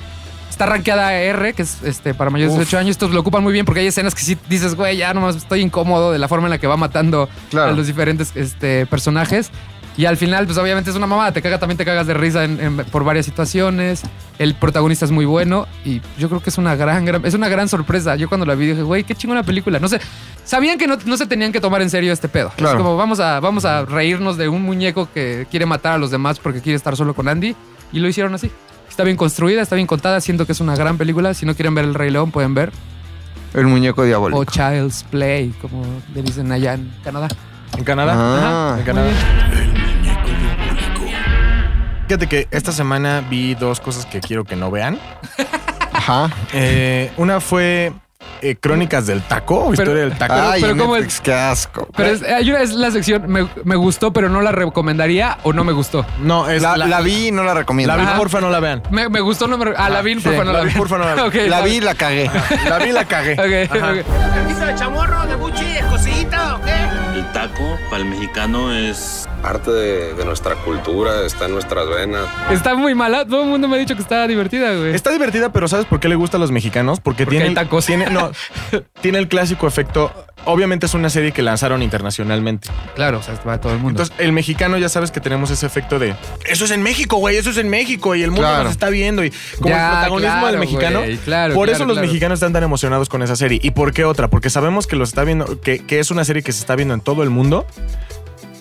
B: Está rankeada R, que es este, para mayores de 18 años. Estos lo ocupan muy bien porque hay escenas que sí dices, güey, ya nomás estoy incómodo de la forma en la que va matando
C: Claro.
B: a los diferentes este, personajes. Y al final, pues obviamente es una mamada. Te caga, también te cagas de risa en- en- por varias situaciones. El protagonista es muy bueno y yo creo que es una gran, gran- es una gran sorpresa. Yo cuando la vi dije, güey, qué chingona película. No sé, sabían que no, no se tenían que tomar en serio este pedo.
C: Claro.
B: Es como vamos a, vamos a reírnos de un muñeco que quiere matar a los demás porque quiere estar solo con Andy. Y lo hicieron así. Está bien construida, está bien contada. Siento que es una gran película. Si no quieren ver El Rey León, pueden ver.
C: El muñeco
B: O
C: diabólico.
B: Child's Play, como le dicen allá en Canadá.
A: ¿En Canadá?
C: Ah.
A: En Canadá. Fíjate que esta semana vi dos cosas que quiero que no vean.
C: Ajá.
A: Eh, una fue eh, Crónicas del Taco, o
B: Pero-
A: Historia del Taco.
C: Ay,
B: pero ¿cómo
C: Netflix, qué asco.
B: Pero es, hay una, es la sección, me, me gustó, pero no la recomendaría o no me gustó.
A: No, es
C: la,
A: la,
C: la vi y no la recomiendo.
A: la vi,
B: Ajá.
A: porfa, no la vean. Ah,
B: Me, me gustó, no me. A Ah. la vi,
A: sí,
B: porfa, no
A: la
B: la
A: vi,
B: vi.
A: porfa, no la vi.
B: Ok,
C: La vi y la cagué.
A: La vi y la cagué.
B: <laughs> Ok,
A: Ajá.
B: ok.
G: El taco para el mexicano es
J: Parte de, de nuestra cultura está en nuestras venas.
B: Está muy mala. Todo el mundo me ha dicho que está divertida, güey.
A: Está divertida, pero ¿sabes por qué le gusta a los mexicanos? Porque,
B: Porque
A: tiene,
B: hay tacos.
A: tiene-
B: <laughs>
A: no, tiene el clásico efecto. Obviamente es una serie que lanzaron internacionalmente.
B: Claro, o sea, va todo el mundo.
A: Entonces, el mexicano ya sabes que tenemos ese efecto de eso es en México, güey, eso es en México y el mundo
C: Claro.
A: nos está viendo. Y como
B: Ya,
A: el protagonismo
B: claro,
A: del mexicano,
B: güey, claro,
A: por
B: claro,
A: eso los
B: claro.
A: mexicanos están tan emocionados con esa serie. ¿Y por qué otra? Porque sabemos que lo está viendo, que, que es una serie que se está viendo en todo el mundo.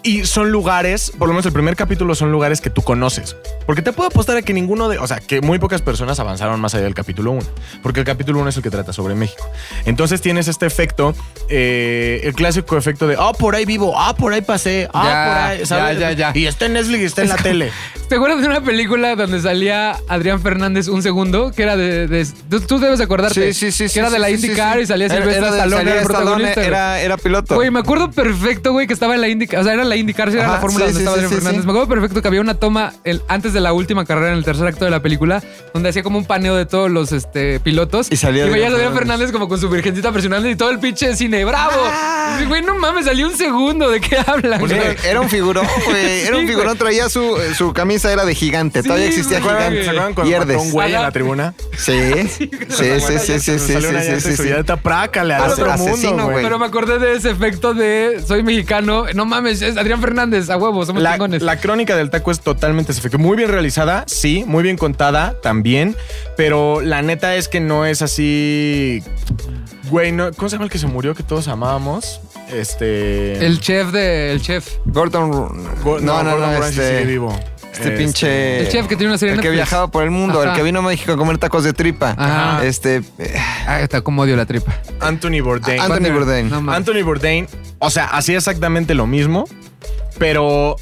A: Y son lugares, por lo menos el primer capítulo son lugares que tú conoces. Porque te puedo apostar a que ninguno de, o sea, que muy pocas personas avanzaron más allá del capítulo 1. Porque el capítulo 1 es el que trata sobre México. Entonces tienes este efecto, eh, el clásico efecto de, ah, por ahí vivo, ah, por ahí pasé, ah,
B: Ya,
A: por ahí, ¿sabes?
B: ya, ya, ya.
A: Y está en Netflix, y está en la tele.
B: ¿Te acuerdas de una película donde salía Adrián Fernández un segundo? Que era de. de- tú, tú debes acordarte.
C: Sí, sí, sí.
B: Que
C: sí,
B: era de
C: sí,
B: la
C: sí,
B: IndyCar
C: sí, sí.
B: y salía
C: Era-
B: Silvestre
C: era de-
B: Stallone,
C: salía
B: era el protagonista. güey.
C: Era, era piloto.
B: Güey, me acuerdo perfecto, güey, que estaba en la IndyCar. O sea, era la IndyCar, sí, era
C: Ajá,
B: la fórmula
C: sí,
B: donde
C: sí,
B: estaba
C: sí,
B: Adrián
C: sí,
B: Fernández.
C: sí.
B: Me acuerdo perfecto que había una toma el- antes de la última carrera, en el tercer acto de la película, donde hacía como un paneo de todos los este, pilotos.
C: Y salía
B: Y
C: Adrián
B: veías a Adrián
C: Fernández.
B: Fernández como con su virgencita presionando y todo el pinche cine. ¡Bravo!
C: Ah.
B: Y dices, Güey, no mames, salió un segundo. ¿De qué hablan,
C: Pues
B: güey?
C: era, era un figurón,
A: <laughs>
C: güey. Era
B: Sí,
C: un figurón. Traía su, eh, su camisa, era de gigante.
B: Sí,
C: Todavía existía
B: güey.
A: ¿Se
C: gigante.
A: acuerdan cuando mató a un
C: Hierdes.
A: güey en
B: Ajá.
A: la tribuna? <laughs>
C: Sí, sí,
A: Ah,
C: sí, sí, sí, sí, sí,
A: Salió una
C: sí,
A: llanta
C: sí,
A: y su
C: sí.
A: llanta prácale al
C: Ase-
A: otro
C: asesino,
A: mundo, güey.
C: Ah, güey.
B: Pero me acordé de ese efecto de soy mexicano. No mames, es Adrián Fernández, a huevo, somos
A: La,
B: chingones.
A: la crónica del taco es totalmente ese efecto. Muy bien realizada, sí, muy bien contada también, pero la neta es que no es así. Güey, no, ¿cómo se llama el que se murió que todos amábamos? Este.
B: El chef de. El chef.
C: Gordon.
A: Go-
C: no, no, no,
A: Gordon Ramsay sigue
C: este,
A: vivo.
C: este pinche.
B: El chef que tiene una serie en
C: El que
B: Netflix.
C: viajaba por el mundo,
B: Ajá.
C: el que vino a México a comer tacos de tripa.
B: Ajá.
C: Este. eh,
B: Ah, está como odio la tripa.
A: Este, Anthony Bourdain.
C: Anthony Bourdain.
B: No mames.
A: Anthony Bourdain, o sea, hacía exactamente lo mismo, pero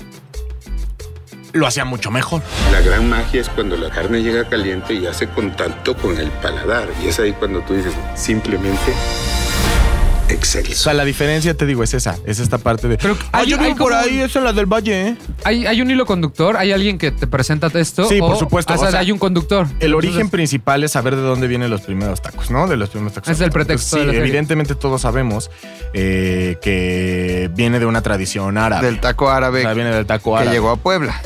A: lo hacía mucho mejor.
J: La gran magia es cuando la carne llega caliente y hace contacto con el paladar. Y es ahí cuando tú dices, simplemente,
A: O
J: excelso.
A: sea, la diferencia, te digo, es esa. Es esta parte de.
B: Pero
A: Ah,
B: hay-
A: yo creo
B: hay
A: que por
B: como-
A: ahí es en la del Valle, ¿eh?
B: ¿Hay, hay un hilo conductor, hay alguien que te presenta esto.
A: Sí, por
B: O-
A: supuesto,
B: O sea,
A: o sea,
B: hay un conductor.
A: El origen
B: Entonces,
A: principal es saber de dónde vienen los primeros tacos, ¿no? De los primeros tacos.
B: Es el pretexto de la
A: sí,
B: serie.
A: evidentemente todos sabemos eh, que viene de una tradición árabe.
C: Del taco
A: O
C: árabe
A: sea, viene del taco
C: que
A: árabe.
C: llegó a Puebla.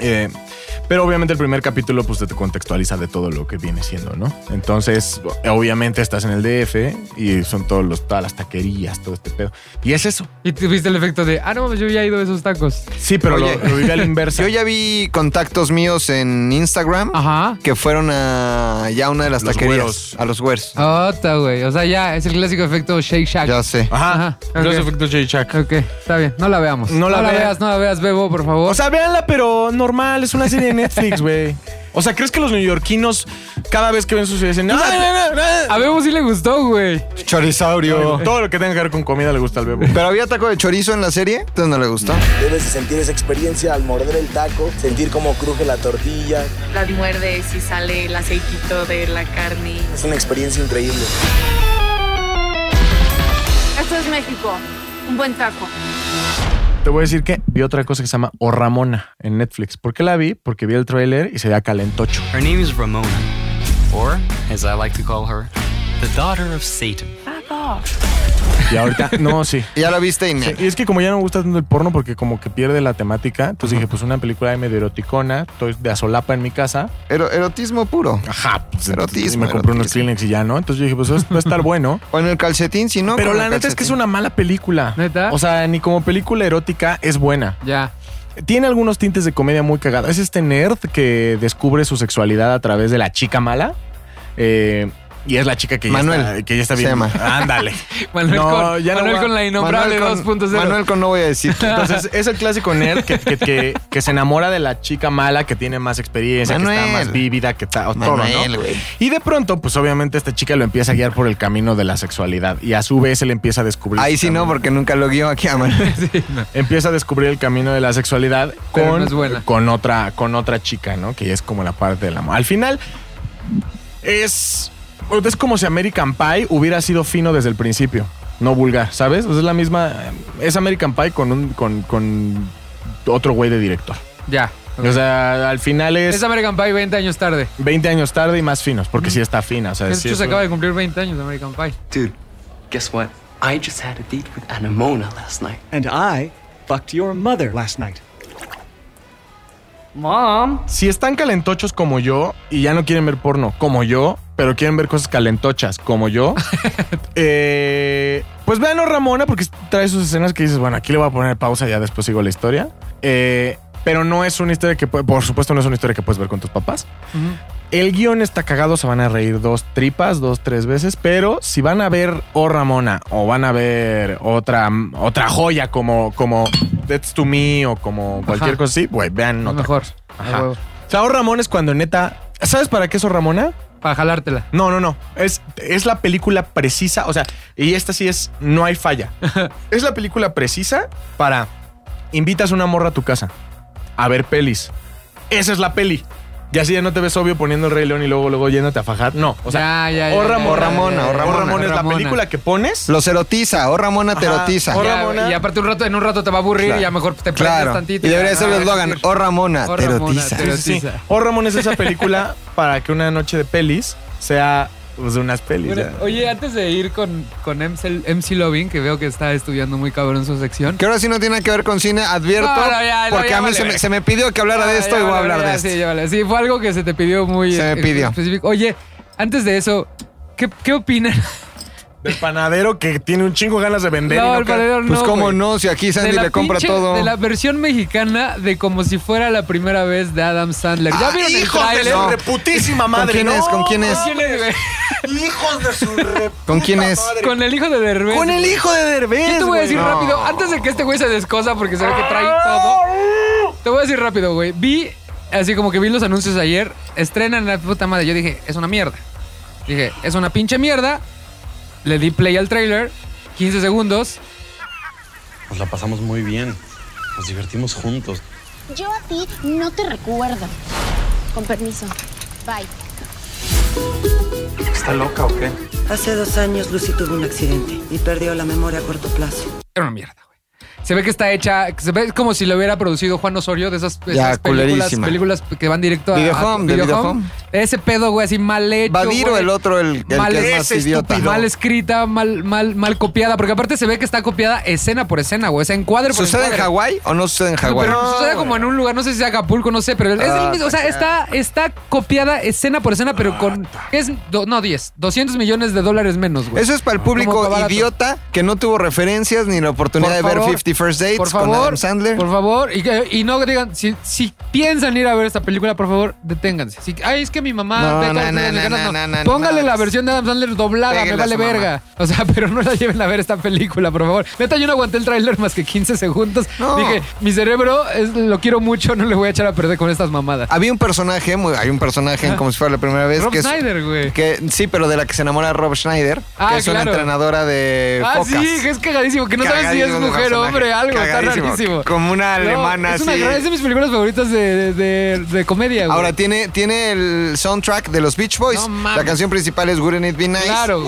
A: Eh, pero obviamente el primer capítulo pues te contextualiza de todo lo que viene siendo, ¿no? Entonces, obviamente estás en el DF y son todos los, todas las taquerías, todo este pedo. Y es eso.
B: Y tuviste el efecto de, ah, no mames, yo ya he ido a esos tacos.
A: Sí, pero
C: Oye.
A: lo, lo viví al inverso.
C: <laughs> Yo ya vi contactos míos en Instagram
B: Ajá.
C: que fueron a ya una de las
A: Los
C: taquerías,
A: güeros.
C: a los güeros.
B: Ota, güey. O sea, ya es el clásico efecto Shake Shack.
C: Ya sé.
A: Ajá.
B: Ajá,
A: Los
B: ok.
A: efectos Shake Shack.
B: Ok, está bien. No la veamos.
A: No la vea-
B: veas, no la veas, Bebo, por favor.
A: O sea, véanla, pero normal, es una serie de Netflix, güey. O sea, ¿crees que los neoyorquinos cada vez que ven su serie dicen, "Ah, no, no, no,
B: a Bebo sí le gustó, güey.
C: Chorizaurio.
A: Todo lo que tenga que ver con comida le gusta al bebé.
C: Pero había taco de chorizo en la serie, entonces no le gustó.
K: Debes de sentir esa experiencia al morder el taco, sentir cómo cruje la tortilla.
E: Las muerdes y sale el aceitito de la carne.
K: Es una experiencia increíble.
I: Esto es México. Un buen taco.
A: Te voy a decir que vi otra cosa que se llama O Ramona en Netflix. ¿Por qué la vi? Porque vi el tráiler y se veía calentocho.
K: <laughs> Her name is Ramona, or as I like to call her, the daughter of Satan.
A: Y
C: <laughs>
A: ahorita, no, sí.
C: Ya la viste y
A: Sí, Y es que como ya no me gusta tanto el porno porque como que pierde la temática, entonces dije, pues una película de medio eroticona, estoy de azolapa en mi casa.
C: Ero- erotismo puro.
A: Ajá, pues entonces, y
C: Erotismo,
A: me compré unos
C: erotismo.
A: Kleenex y ya, ¿no? Entonces yo dije, pues eso va a
C: <laughs>
A: estar bueno.
C: O en el calcetín, si no.
A: Pero
C: con
A: la
C: el
A: neta es que es
C: calcetín.
A: una mala película.
B: ¿Neta?
A: O sea, ni como película erótica es buena.
B: Ya.
A: Tiene algunos tintes de comedia muy cagados. Es este nerd que descubre su sexualidad a través de la chica mala. Eh, y es la chica que ya
C: Manuel,
A: está, que ya está
C: se
A: bien.
C: llama.
A: Ándale.
B: <laughs> Manuel,
A: No,
B: con,
A: ya no
B: Manuel
A: va-
B: con la innombrable
C: Manuel con-
B: 2.0.
C: Manuel con no voy a decir.
B: <laughs>
A: Entonces, es el clásico nerd que, que- que- que se enamora de la chica mala que tiene más experiencia, que está
C: Manuel.
A: más vívida, que está o todo,
C: Manuel,
A: ¿no?
C: güey.
A: Y de pronto, pues obviamente esta chica lo empieza a guiar por el camino de la sexualidad y a su vez él empieza a descubrir.
C: Ahí
A: su
C: sí no,
A: camino.
C: porque nunca lo guió aquí a Manuel.
A: Empieza a descubrir el camino de la sexualidad
B: Pero
A: con,
B: no es buena.
A: con otra con otra chica, ¿no? Que ya es como la parte del amor. Al final es es como si American Pie hubiera sido fino desde el principio, no vulgar, ¿sabes? O sea, es la misma es American Pie con un con, con otro güey de director.
B: Ya.
A: O sea, al final es,
B: Es American Pie 20 años tarde.
A: 20 años tarde y más finos, porque sí está fina, o sea,
B: De
A: sí
B: hecho,
A: es
B: se acaba de cumplir 20 años de American Pie.
K: Dude, guess what? I just had a date with Anamona last night.
D: And I fucked your mother last night.
A: Si están calentochos como yo y ya no quieren ver porno como yo, pero quieren ver cosas calentochas como yo, eh, pues vean a Ramona porque trae sus escenas que dices, bueno, aquí le voy a poner pausa y ya después sigo la historia. Eh, pero no es una historia que, pu- por supuesto, no es una historia que puedes ver con tus papás. El guión está cagado, se van a reír dos tripas, dos, tres veces, pero si van a ver O Ramona o van a ver otra, otra joya como, como That's to Me o como cualquier
B: Ajá.
A: cosa así, güey, vean
B: No,
A: otra
B: mejor.
A: Ajá.
B: A huevo.
A: o sea, O Ramón es cuando neta. ¿Sabes para qué es O Ramona?
B: Para jalártela.
A: No, no, no. Es, es la película precisa. O sea, y esta sí es No hay falla.
B: <laughs>
A: es la película precisa para. Invitas una morra a tu casa a ver pelis. Esa es la peli. Y así ya no te ves obvio poniendo el Rey León y luego, luego yéndote a fajar. No. O sea,
B: ya, ya, ya,
A: O
B: ya,
A: Ramón,
B: ya,
A: O
B: ya,
C: Ramona,
B: ya,
C: O
B: ya,
A: Ramona,
B: ya,
A: es la
B: Ramona.
A: película que pones.
C: Los erotiza, o Ramona te
A: Ajá.
C: erotiza.
A: O
B: Ya,
A: Ramona.
B: Y aparte un rato, en un rato te va a aburrir y a lo mejor te
C: Claro.
B: prendes tantito.
C: y debería
B: ya,
C: ser
B: no,
C: el
B: no,
C: eslogan,
B: no,
C: o Ramona,
B: O
C: te
B: Ramona,
C: erotiza.
B: te- pero
A: Sí, sí, sí.
B: sí.
A: O Ramón es esa película para que una noche de pelis sea pues, de unas pelis.
B: Bueno,
A: ya.
B: oye, antes de ir con, con MC, MC Loving, que veo que está estudiando muy cabrón su sección.
C: Que ahora sí no tiene que ver con cine, advierto,
B: No, no, ya, no,
C: porque
B: ya
C: a mí
B: vale
C: se,
B: verga.
C: me, se me pidió que hablara de
B: Ah,
C: esto
B: ya
C: y voy a
B: vale,
C: hablar de
B: ya,
C: esto.
B: Sí, ya vale. Sí, fue algo que se te pidió muy
C: Se me
B: eh,
C: pidió.
B: específico. Oye, antes de eso, ¿qué, qué opinan?
A: Del panadero que tiene un chingo ganas de vender. y
B: No,
A: no
B: el
A: cae.
B: panadero
C: Pues
B: no,
C: cómo
B: güey.
C: no, si aquí
B: De
C: Sandy
B: la
C: le compra
B: pinche-
C: todo.
B: De la versión mexicana de como si fuera la primera vez de Adam Sandler. ¿Ya
A: Ah,
B: vieron el
A: hijos de
B: tráiler?
A: su
C: No.
A: reputísima
C: ¿Con
A: madre.
C: quién
A: no,
C: es? ¿Con quién es?
B: ¿Quién es, güey?
A: Hijos de su reputa
C: ¿Con quién es?
A: madre.
B: <laughs> Con el hijo de Derbez.
A: Con el hijo de Derbez.
B: Yo te voy a
A: güey.
B: decir
A: No.
B: rápido, antes de que este güey se descosa porque se ve que trae todo. Te voy a decir rápido, güey. Vi, así como que vi los anuncios ayer, estrenan la puta madre. Yo dije, es una mierda. Dije, es una pinche mierda. Le di play al trailer, 15 segundos.
G: Nos la pasamos muy bien. Nos divertimos juntos.
L: Yo a ti no te recuerdo. Con permiso. Bye.
M: ¿Está loca o qué? Hace dos años Lucy tuvo un accidente y perdió la memoria a corto plazo.
B: Era una mierda, güey. Se ve que está hecha, se ve como si lo hubiera producido Juan Osorio de esas,
C: Ya,
B: esas películas,
C: culerísima.
B: películas que van directo a.
C: Videohome,
B: a-
C: de
B: Videohome.
C: Videohome.
B: Ese pedo, güey, así mal hecho.
C: Vadiro,
B: güey.
C: el otro, el, el
B: mal,
C: que es más
B: Ese
C: idiota.
B: estúpido. mal escrita, mal, mal, mal copiada. Porque aparte se ve que está copiada escena por escena, güey. O sea, encuadre por
C: ¿Sucede en
B: encuadre.
C: Hawái o no sucede en Hawái?
B: Pero sucede como en un lugar, no sé si sea Acapulco, no sé, pero es el
C: Ah,
B: mismo, o sea, está, está copiada escena por escena, pero con, es, do- no, 10, 200 millones de dólares menos, güey.
C: Eso es para el público
B: Como que barato.
C: idiota que no tuvo referencias ni la oportunidad
B: Por
C: de
B: favor,
C: ver 50 First Dates
B: por
C: con
B: favor,
C: Adam Sandler.
B: Por favor, y, que- y no digan, si, si piensan ir a ver esta película, por favor, deténganse. Si, ay, es que mi mamá...
C: No,
B: ve
C: no,
B: todas las
C: no,
B: películas
C: no,
B: mexicanas",
C: no, no, no,
B: Póngale
C: no.
B: la versión de Adam Sandler doblada, me
C: Péguenle a
B: vale
C: su mamá.
B: verga. O sea, <laughs> pero no la lleven a ver esta película, por favor. Neta, yo no aguanté el tráiler más que 15 segundos.
C: No.
B: Dije, mi cerebro es- lo quiero mucho, no le voy a echar a perder con estas mamadas.
C: Había un personaje, muy- hay un personaje en como si fuera la primera vez
B: Rob
C: que Ah, es-
B: Snyder, güey.
C: que sí, pero de la que se enamora Rob Schneider,
B: Ah,
C: que es una
B: claro.
C: entrenadora de
B: Ah,
C: focas.
B: sí, que es cagadísimo, que no sabes si es
C: Cagadísimo de
B: mujer o
C: personaje.
B: hombre, algo,
C: Cagadísimo.
B: está rarísimo.
C: Como una
B: No,
C: alemana,
B: es, una,
C: así.
B: gran- es de mis películas favoritas de, de- de comedia, güey.
C: Ahora tiene, tiene el soundtrack de los Beach Boys.
B: No mames.
C: la canción principal es Wouldn't It Be Nice.
B: Claro.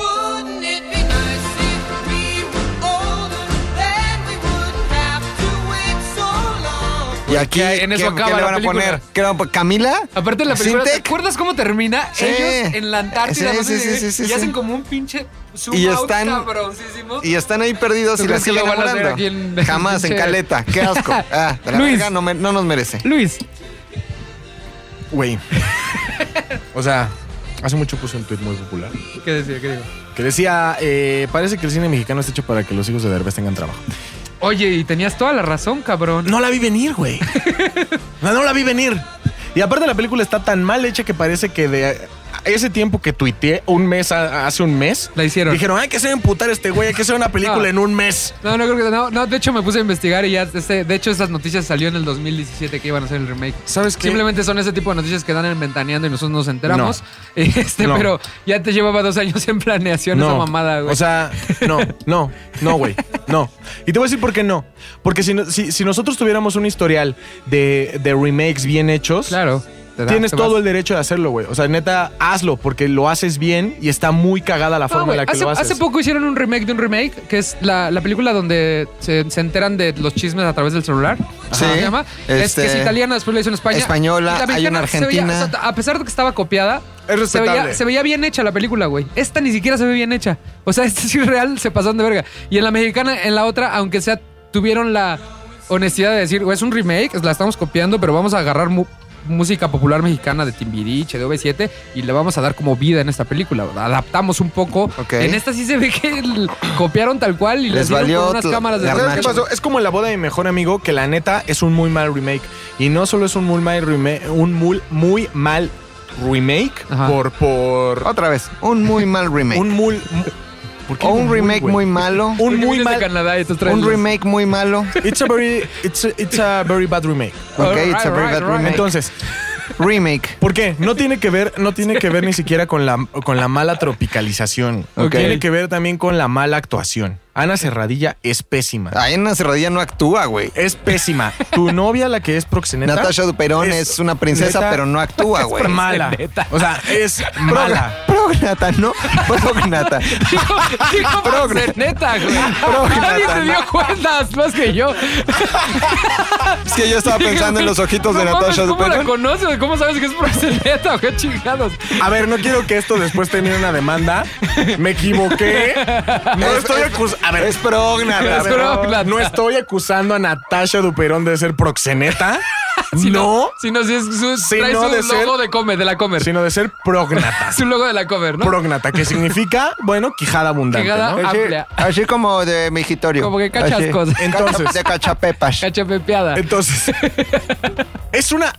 C: Y aquí,
B: en eso
C: ¿qué,
B: acaba
C: qué le
B: la
C: van a
B: película.
C: poner? ¿Qué le van a poner? ¿Camila?
B: Aparte la película, ¿te
C: ¿Sintec?
B: acuerdas cómo termina?
C: Sí.
B: Ellos en la Antártida,
C: Sí,
B: no sé
C: sí,
B: si-
C: sí, sí,
B: y
C: sí,
B: hacen
C: sí.
B: como un pinche zoom
C: Y
B: out
C: están-
B: cabroncísimo.
C: Y están ahí perdidos
B: ¿Tú
C: y la
B: crees que
C: siguen
B: lo van a hacer
C: enamorando.
B: aquí en- <laughs>
C: Jamás, en
B: Che.
C: caleta. Qué
B: <laughs>
C: asco. Ah, de la
B: Luis.
C: verga no, me- no nos merece.
B: Luis,
A: Güey. <laughs> O sea, hace mucho puse un tweet muy popular
B: ¿qué decía? ¿Qué digo?
A: que decía: eh, Parece que el cine mexicano está hecho para que los hijos de Derbez tengan trabajo.
B: Oye, y tenías toda la razón, cabrón.
A: No la vi venir, güey. No, no la vi venir. Y aparte la película está tan mal hecha que parece que de ese tiempo que tuiteé, un mes, a- hace un mes,
B: La hicieron.
A: dijeron, hay que hacer emputar a este güey, hay que hacer una película
B: No.
A: en un mes.
B: No, no creo que no, no, de hecho me puse a investigar y ya este, de hecho esas noticias salió en el 2017 que iban a hacer el remake.
A: ¿Sabes qué?
B: Simplemente son ese tipo de noticias que dan en ventaneando y nosotros nos enteramos. <laughs> Este,
A: No.
B: pero ya te llevaba dos años en planeación esa mamada, güey.
A: O sea, no, no, no, güey. No. Y te voy a decir por qué no. Porque si, no- si, si nosotros tuviéramos un historial de, de remakes bien hechos,
B: claro. te da-
A: tienes
B: te
A: todo
B: vas.
A: el derecho de hacerlo, güey. O sea, neta, hazlo porque lo haces bien y está muy cagada la
B: No,
A: forma
B: Ah, güey,
A: en la que
B: hace,
A: lo haces.
B: hace poco hicieron un remake de un remake, que es la, la película donde se, se enteran de los chismes a través del celular. Ajá,
C: Sí,
B: ¿se llama? Es que es
C: este,
B: italiana, después la hizo en España.
C: española,
B: Y la
C: hay
B: mexicana
C: una
B: se veía-
C: argentina.
B: o sea, a pesar de que estaba copiada,
A: Es
B: se veía,
A: respetable.
B: se veía bien hecha la película, güey. Esta ni siquiera se ve bien hecha. O sea, <laughs> esta sí real se pasaron de verga. Y en la mexicana, en la otra, aunque sea, tuvieron la honestidad de decir, güey, es un remake, la estamos copiando, pero vamos a agarrar mu- música popular mexicana de Timbiriche, de V7, y le vamos a dar como vida en esta película. Adaptamos un poco.
C: Ok.
B: En esta sí se ve que l- copiaron tal cual y les,
C: Les
B: dieron
C: valió
B: con unas
C: tu-
B: cámaras de
C: la
A: ¿Sabes qué
C: Nacho.
A: pasó? Es como la boda de mi mejor amigo, que la neta es un muy mal remake. Y no solo es un muy mal remake, un muy, muy mal remake
B: Ajá.
A: por, por
C: Otra vez, un muy mal remake.
A: un mul- mu- ¿Por qué
C: o
A: digo
C: un
A: mul,
C: remake
A: güey?
B: <laughs>
C: muy malo.
A: un muy
B: de
A: mal
B: Canadá y tú traes
C: Un
B: los- <laughs>
C: remake muy malo.
A: it's a very it's a, it's a very bad remake.
C: Ok, it's a very
B: Alright,
C: bad
B: alright,
C: remake.
A: Entonces,
C: remake.
A: ¿por qué? No tiene que ver, no tiene que ver ni siquiera con la con la mala tropicalización.
C: Ok.
A: Tiene que ver también con la mala actuación. Ana Serradilla es pésima.
C: Ahí en la cerradilla no actúa, güey.
A: Es pésima. Tu novia, la que es proxeneta.
C: Natasha Duperón es, una princesa,
A: neta,
C: pero no actúa, güey.
A: Es mala.
B: Proxeneta.
A: O sea, es mala.
C: Prognata, ¿no?
B: <laughs>
C: Prognata.
B: Dijo, dijo Proxeneta, güey. Nadie se
C: Nathan.
B: dio cuenta más que yo.
C: Es que yo estaba pensando en los ojitos de
B: No mames,
C: Natasha
B: ¿Cómo la
C: Duperón.
B: conoces? ¿Cómo sabes que es proxeneta <laughs> o qué chingados?
A: A ver, no quiero que esto después termine una demanda. Me <laughs> equivoqué. No
C: Es-
A: estoy
C: es-
A: acusando. A ver,
C: es prognata.
A: a ver,
B: Es prognata.
A: <laughs> No estoy acusando a Natasha Duperón de ser
B: <laughs>
A: proxeneta.
B: Si
A: no.
B: Si no, si es su,
A: Si
B: trae
A: no
B: su
A: de ser-
B: logo de comer, de la comer.
A: Sino de ser prognata.
B: Su logo de la comer, ¿no?
A: Prognata, que significa, bueno, quijada abundante.
B: Quijada
A: ¿no?
C: Así,
B: amplia.
C: así como de migitorio.
B: Como que cachas
C: Así.
B: cosas.
A: Entonces.
C: De cachapepas.
B: Cachapepeada.
A: Entonces, <laughs> es una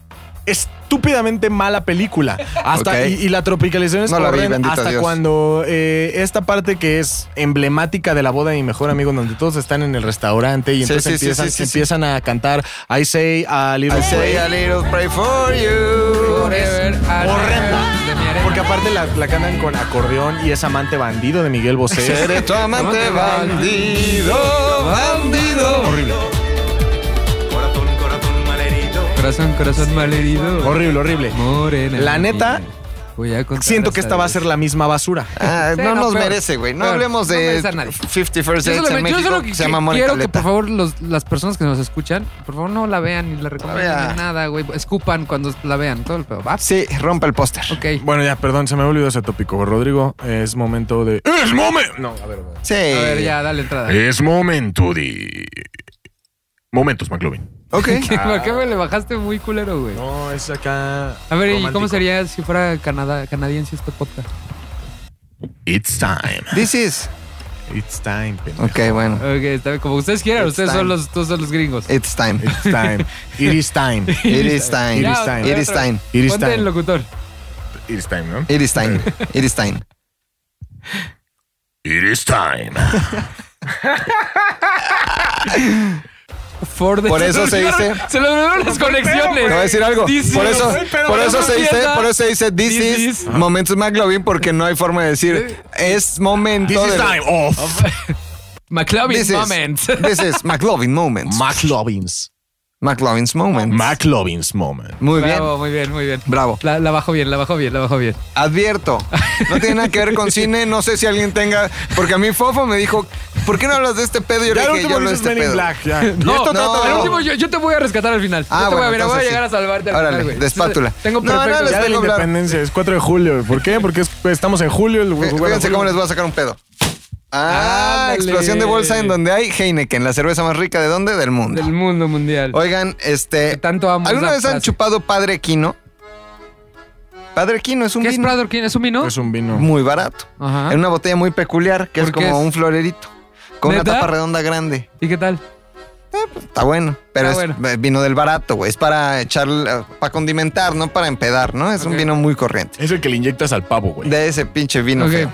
A: estúpidamente mala película. Hasta,
C: Ok.
A: y, y la tropicalización es
C: No la vi,
A: horrenda
C: bendito
A: hasta
C: Dios.
A: cuando eh, esta parte que es emblemática de la boda de mi mejor amigo, donde todos están en el restaurante y
C: Sí,
A: entonces
C: sí, sí,
A: empiezan,
C: sí, sí, sí.
A: empiezan a cantar I say a little
C: I say
A: prayer".
C: a little pray for you.
B: Forever,
A: horrenda.
B: de mi arena.
A: Porque aparte la, la cantan con acordeón y es amante bandido de Miguel Bosé.
C: Seré tu amante bandido, bandido.
A: Horrible.
F: Corazón, corazón malerito.
B: Corazón, corazón malherido.
A: Horrible, horrible.
B: Morena.
A: La neta,
B: Voy a contar
A: siento que
B: hasta
A: esta va a
B: diez.
A: ser la misma basura.
C: Ah,
B: Sí,
C: no,
B: no,
C: nos
B: peor,
C: merece, güey. No
B: peor.
C: hablemos
B: No
C: de
B: merece a nadie.
C: 50 First
B: Yo
C: Dates
B: solo,
C: en México.
B: yo solo que,
C: se llama Mónica
B: quiero que
C: Leta.
B: por favor los- las personas que nos escuchan, por favor no la vean ni la recomienden
C: vea.
B: ni nada, güey. Escupan cuando la vean, todo el pedo. ¿va?
C: Sí, rompa el póster.
B: Ok.
A: Bueno, ya, perdón, se me ha olvidado ese tópico. Rodrigo, es momento de. ¡Es momento! No, a ver. güey.
C: Sí.
B: A ver, ya, dale entrada.
A: Es momento de. Momentos, McLovin.
C: Ok.
B: ¿Qué- ¿Por qué me le bajaste muy culero, güey?
A: No, es acá.
B: A ver, ¿y cómo
A: romántico.
B: sería si fuera Canadá, canadiense este podcast?
A: It's time.
C: This is.
A: It's time, pendejo.
C: Ok, bueno.
B: Ok, está bien. Como ustedes quieran,
C: It's
B: ustedes
C: time.
B: son los, todos son los gringos.
C: It's
B: <laughs>
C: time.
A: <laughs> It's time. It is time.
C: It is time.
A: It
B: Ya,
A: is time.
B: otra
C: It is
B: vez.
C: time.
A: It is
B: Ponte
A: time.
B: el locutor.
A: It is time, ¿no?
C: It is time. It is time.
A: It is time.
B: Ford. <laughs>
C: Por eso se
B: olvidaron-
C: dice-
B: Se lo olvidaron las conexiones.
C: Te voy a decir algo.
B: This
C: por
B: is-
C: eso,
B: Ay, pero
C: por
B: no
C: eso se dice,
B: empieza.
C: por eso se dice this,
B: This
C: is,
B: is-
C: momentos McLovin porque no hay forma de decir es momento
A: This is
C: de
A: time. Off.
B: McLovin
C: This is-
B: Moment.
C: This is McLovin moments.
A: McLovin's.
C: McLovin's moments.
A: McLovin's moment.
C: Muy bien.
B: Bravo, muy bien, muy bien.
C: Bravo.
B: La, la bajó bien, la bajó bien, la bajó bien.
C: Advierto. No tiene nada que ver con cine. No sé si alguien tenga. Porque a mí Fofo me dijo, ¿por qué no hablas de este pedo? Yo
A: Ya
C: le
A: el
C: dije,
A: último
C: yo hablo de
A: dices
C: este
A: Men in
C: pedo.
A: Black. Ya.
B: No,
A: Y esto
C: <laughs> no,
A: trata de-
B: Al
C: no.
B: último, yo, yo te voy a rescatar al final.
C: Ah,
B: yo te voy a,
C: bueno,
B: mira, voy a
C: entonces
B: llegar a
C: sí.
B: salvarte al
C: Órale,
B: final, güey.
C: de espátula.
B: Tengo
C: No, no,
B: perfecto.
C: les
A: Ya de la
C: vengo a hablar.
A: independencia. Es 4 de julio. ¿Por qué? Porque es- estamos en julio. El,
C: Fí- Fíjense cómo les voy a sacar un pedo. Ah,
B: Ándale.
C: explosión de bolsa en donde hay Heineken, la cerveza más rica de dónde? Del mundo.
B: Del mundo mundial.
C: Oigan,
B: Que
C: este.
B: tanto amo
C: ¿Alguna
B: esa
C: vez han
B: frase.
C: chupado Padre Quino? Padre Quino es un
B: ¿Qué es
C: vino Pues
B: Brother King? ¿Es un vino?
A: Es un vino.
C: muy barato.
B: Ajá.
C: En una botella muy peculiar, que es
B: ¿Por qué
C: como
B: es?
C: un florerito. Con
B: ¿Neta?
C: una tapa redonda grande.
B: ¿Y qué tal? <laughs>
C: Está bueno. Pero
B: Está
C: es
B: Ah, bueno.
C: eh, vino del barato, güey. Es para echar, eh, para condimentar, no para empedar, ¿no? Es un
B: Ok.
C: vino muy corriente.
A: Es el que le inyectas al pavo, güey.
C: De ese pinche vino
B: Ok.
C: feo.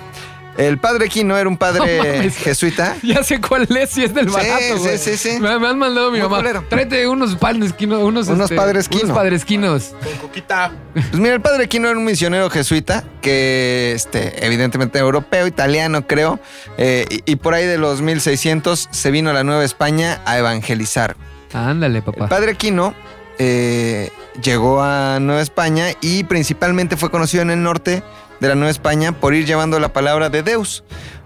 C: El padre Quino era un
B: <laughs> No
C: padre
B: mames.
C: jesuita.
B: Ya sé cuál es, si es del
C: Sí,
B: barato,
C: sí,
B: güey.
C: sí, sí.
B: Me, me han mandado mi
C: Muy
B: mamá.
C: culero.
B: Tráete unos panes quino, unos, este,
C: Unos padres quino.
B: Unos padresquinos.
A: Coquita.
C: Pues mira, el padre Quino era un misionero jesuita que, este, evidentemente europeo, italiano, creo, eh, y, y por ahí de los 1600 se vino a la Nueva España a evangelizar.
B: Ándale,
C: El
B: papá.
C: padre Quino eh, llegó a Nueva España y principalmente fue conocido en el norte de la Nueva España por ir llevando la palabra de Deus.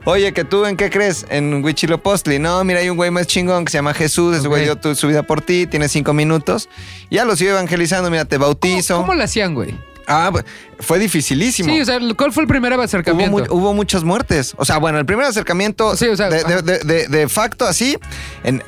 C: Oye, que tú en qué crees? En Huichilopostli. No, mira, hay un güey más chingón que se llama Jesús. Ese güey
B: Ok.
C: dio tu- su vida por ti, tiene cinco minutos. Ya lo sigue evangelizando. Mira, te bautizo.
B: ¿Cómo, ¿Cómo lo hacían, güey?
C: Ah, bu- fue dificilísimo.
B: Sí, o sea, ¿cuál fue el primer
C: hubo,
B: acercamiento?
C: mu- hubo muchas muertes. O sea, bueno, el primer acercamiento
B: Sí, o sea,
C: de, de-
B: ajá.
C: de- de- de facto así. En,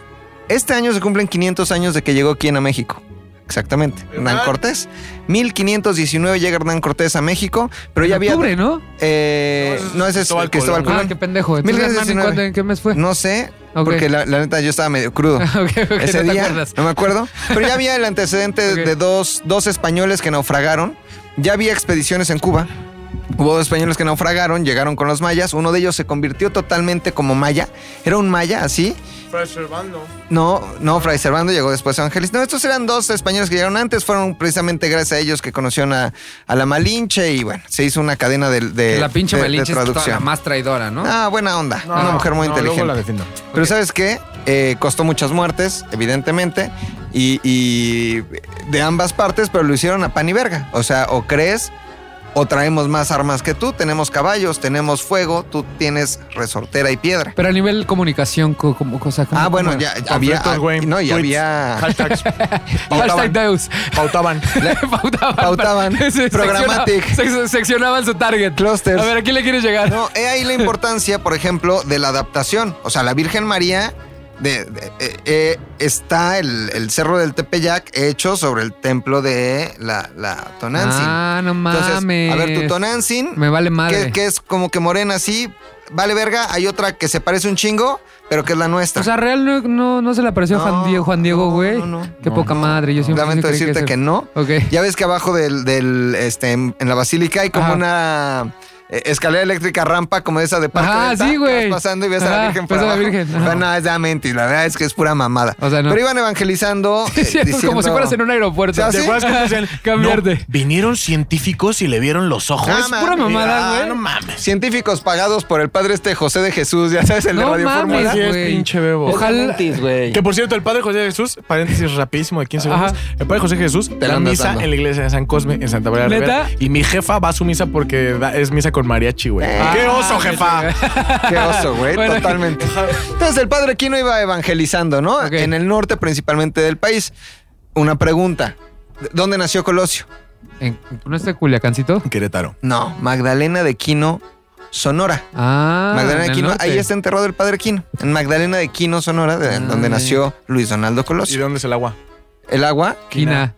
C: este año se cumplen 500 años de que llegó quien a México. Exactamente, Hernán Cortés. 1519 llega Hernán Cortés a México, pero
B: En
C: ya había...
B: octubre, ¿no?
C: eh, no, ese es
A: Cristóbal
C: Cristóbal
A: Colón.
B: Ah,
C: Colón.
B: qué pendejo. Entonces, Hernán, ¿en,
C: 1919.
B: cuándo- en qué mes fue?
C: No sé,
B: Ok.
C: porque la, la neta yo estaba
B: <laughs>
C: medio crudo.
B: Ok, <laughs> ok,
C: Ese
B: no te
C: día,
B: acuerdas.
C: no me acuerdo. Pero ya había el antecedente
B: <laughs> Ok.
C: de dos, dos españoles que naufragaron. Ya había expediciones en Cuba. Hubo dos españoles que naufragaron, llegaron con los mayas. Uno de ellos se convirtió totalmente como maya. Era un maya, así. No, no, Fray Servando llegó después a Evangelis. No, estos eran dos españoles que llegaron antes. Fueron precisamente gracias a ellos que conocieron a, a la Malinche y bueno, se hizo una cadena de, de-
B: la pinche
C: eh, de- de
B: Malinche es toda la
C: traducción.
B: más traidora, ¿no?
C: Ah, buena onda. una mujer muy inteligente.
A: Luego la defiendo.
C: Pero ¿sabes qué? Eh, costó muchas muertes, evidentemente, y, y de ambas partes, pero lo hicieron a pan y verga. O sea, o crees o traemos más armas que tú, tenemos caballos, tenemos fuego, tú tienes resortera y piedra.
B: Pero a nivel comunicación, co- como cosa como.
C: Ah, bueno,
B: como-
C: ya había...
A: Panfletos, güey,
C: No, y
A: tweets,
C: había... <laughs>
A: Hashtags.
B: Hashtag Deus.
A: Pautaban.
B: Pautaban.
C: Pautaban. Programmatic.
B: secciona- sec- seccionaban su target.
C: Clusters.
B: A ver, ¿a quién le quieres llegar?
C: No, he ahí la importancia, por ejemplo, de la adaptación. O sea, la Virgen María de- de- eh, eh, está el, el cerro del Tepeyac hecho sobre el templo de la, la Tonantzin.
B: Ah, no mames.
C: Entonces, a ver, tu Tonantzin,
B: Me vale madre.
C: que, que es como que morena así, vale verga. Hay otra que se parece un chingo, pero que es la nuestra.
B: O sea, real no, no, no se le apareció
C: No,
B: Juan Diego, Juan Diego,
C: no,
B: güey.
C: no, no.
B: Qué
A: No,
B: poca
A: no.
B: madre. Yo siempre
C: Lamento
B: creí
C: decirte que,
B: eso-
C: no.
B: Ok.
C: Ya ves que abajo del, del, este, en en la basílica hay como
B: Ajá.
C: una eh, escalera eléctrica, rampa como esa de parque.
B: Ajá,
C: del
B: sí,
C: Ta-
B: güey.
C: que vas pasando y ves a
B: Ajá,
C: la Virgen.
B: ves
C: por
B: a la
C: abajo.
B: Virgen, ajá.
C: Pero no, es da mentis. La verdad es que es pura mamada. Pero iban evangelizando.
B: <laughs>
C: eh,
B: Sí, es como
C: diciendo-
B: si fueras en un aeropuerto.
C: ¿Ah, sí?
B: Cambiarte.
A: No, vinieron científicos y le vieron los ojos.
C: Ah, mames, mira,
A: Ah, No mames.
C: Científicos pagados por el padre este José de Jesús, ya sabes, el de
B: No
C: Radio
B: mames,
C: Fórmula.
A: Así es,
B: güey.
A: pinche bebo.
B: Ojalá-
A: Que por cierto, el padre José Jesús, paréntesis rapidísimo de 15 segundos.
B: Ajá.
A: El padre José Jesús
C: lo
A: da
C: andas
A: misa
C: dando.
A: en la iglesia de San Cosme, en Santa María de
B: ¿Neta?
A: Rivera. Y mi jefa va a su misa porque da- es misa con mariachi, güey.
C: Eh.
A: ¡Qué oso, jefa!
C: Qué oso, güey,
B: Bueno. <laughs>
C: totalmente. Entonces, el padre Aquino iba evangelizando, ¿no? En el norte, principalmente del país. Una pregunta: ¿dónde nació Colosio?
B: En- ¿No está Culiacancito?
A: Querétaro.
C: No, Magdalena de Quino, Sonora.
B: Ah,
C: Magdalena
B: en
C: de
B: el
C: Quino,
B: norte.
C: ahí está enterrado el padre Quino, en Magdalena de Quino, Sonora, de- en donde
B: Ah.
C: nació Luis Donaldo
A: ¿Y
C: Colosio.
A: de dónde es el agua?
C: El agua.
B: Quina.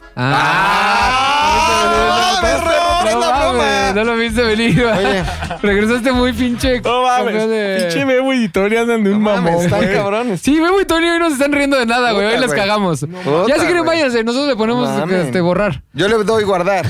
C: ¡Ah! ¡Mames, error! ¡Es la
B: No,
C: broma!
B: mames, no lo viste venir. güey.
C: Oye.
B: Regresaste muy pinche.
A: No mames.
B: campeón de-
A: Pinche bebo y Tony andan de un
C: Mames,
A: mamón.
C: están
A: güey.
C: cabrones.
B: Sí, Bebo y Tony hoy no se están riendo de nada, güey. Hoy
C: Puta,
B: les
C: güey.
B: cagamos.
C: Puta,
B: <laughs> ya si quieren,
C: güey.
B: váyanse. Nosotros le ponemos
C: Mamen.
B: este, borrar.
C: Yo le
B: <laughs>
C: doy guardar.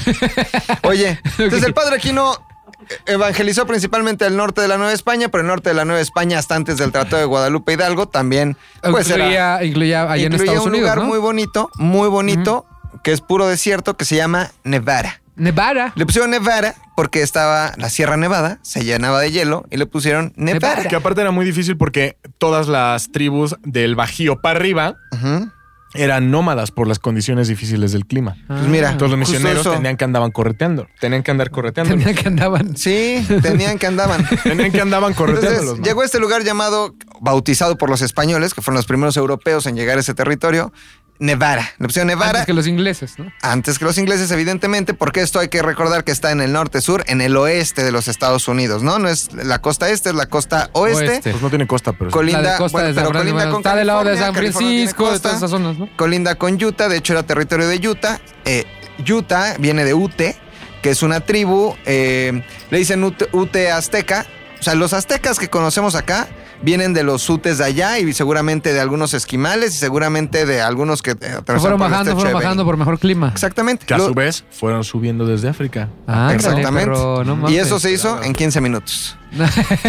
C: Oye, entonces el padre Aquino eh, evangelizó principalmente el norte de la Nueva España, pero el norte de la Nueva España hasta antes del Tratado de Guadalupe Hidalgo también pues era-
B: incluía, incluía allá en
C: incluía
B: Estados
C: un
B: Unidos.
C: lugar
B: ¿no?
C: muy bonito, muy bonito, que es puro desierto, que se llama Nevada.
B: Nevada.
C: Le pusieron Nevada porque estaba la Sierra Nevada, se llenaba de hielo y le pusieron Nevada.
A: Que aparte era muy difícil porque todas las tribus del Bajío para arriba
C: Ujú.
A: eran nómadas por las condiciones difíciles del clima.
C: Pues
B: Ah,
C: mira,
A: Todos los
C: justo
A: misioneros
C: eso.
A: tenían que andaban correteando. Tenían que andar correteando.
B: Tenían que andaban.
C: Sí, tenían
B: <laughs>
C: que andaban.
A: Tenían que andaban correteándolos.
C: Entonces,
A: man.
C: llegó a este lugar llamado, bautizado por los españoles, que fueron los primeros europeos en llegar a ese territorio, Nevada. Le pusieron Nevada
B: Antes que los ingleses, ¿no?
C: antes que los ingleses, evidentemente, porque esto hay que recordar que está en el norte-sur, en el oeste de los Estados Unidos, ¿no? No es la costa este, es la costa oeste.
B: Oeste.
A: Pues no tiene costa, pero sí.
C: Colinda,
B: la de costa
C: bueno,
B: de San
C: pero
B: Francisco.
C: colinda con
B: está del lado de
C: California,
B: San
C: California tiene
B: Francisco, de
C: costa.
B: todas esas zonas, ¿no?
C: colinda con Utah, de hecho era territorio de Utah. Eh, Utah viene de Ute, que es una tribu, eh, le dicen Ute, Ute azteca. O sea, los aztecas que conocemos acá vienen de los Utes de allá y seguramente de algunos esquimales y seguramente de algunos que eh,
B: Se
C: atravesaron
B: fueron
C: por el
B: bajando,
C: estrecho
B: fueron
C: de Bering.
B: bajando por mejor clima.
C: Exactamente.
A: Que a
C: Lo-
A: su vez fueron subiendo desde África.
B: Ah,
C: Exactamente.
B: pero no mames. <laughs>
C: y eso se hizo en 15 minutos.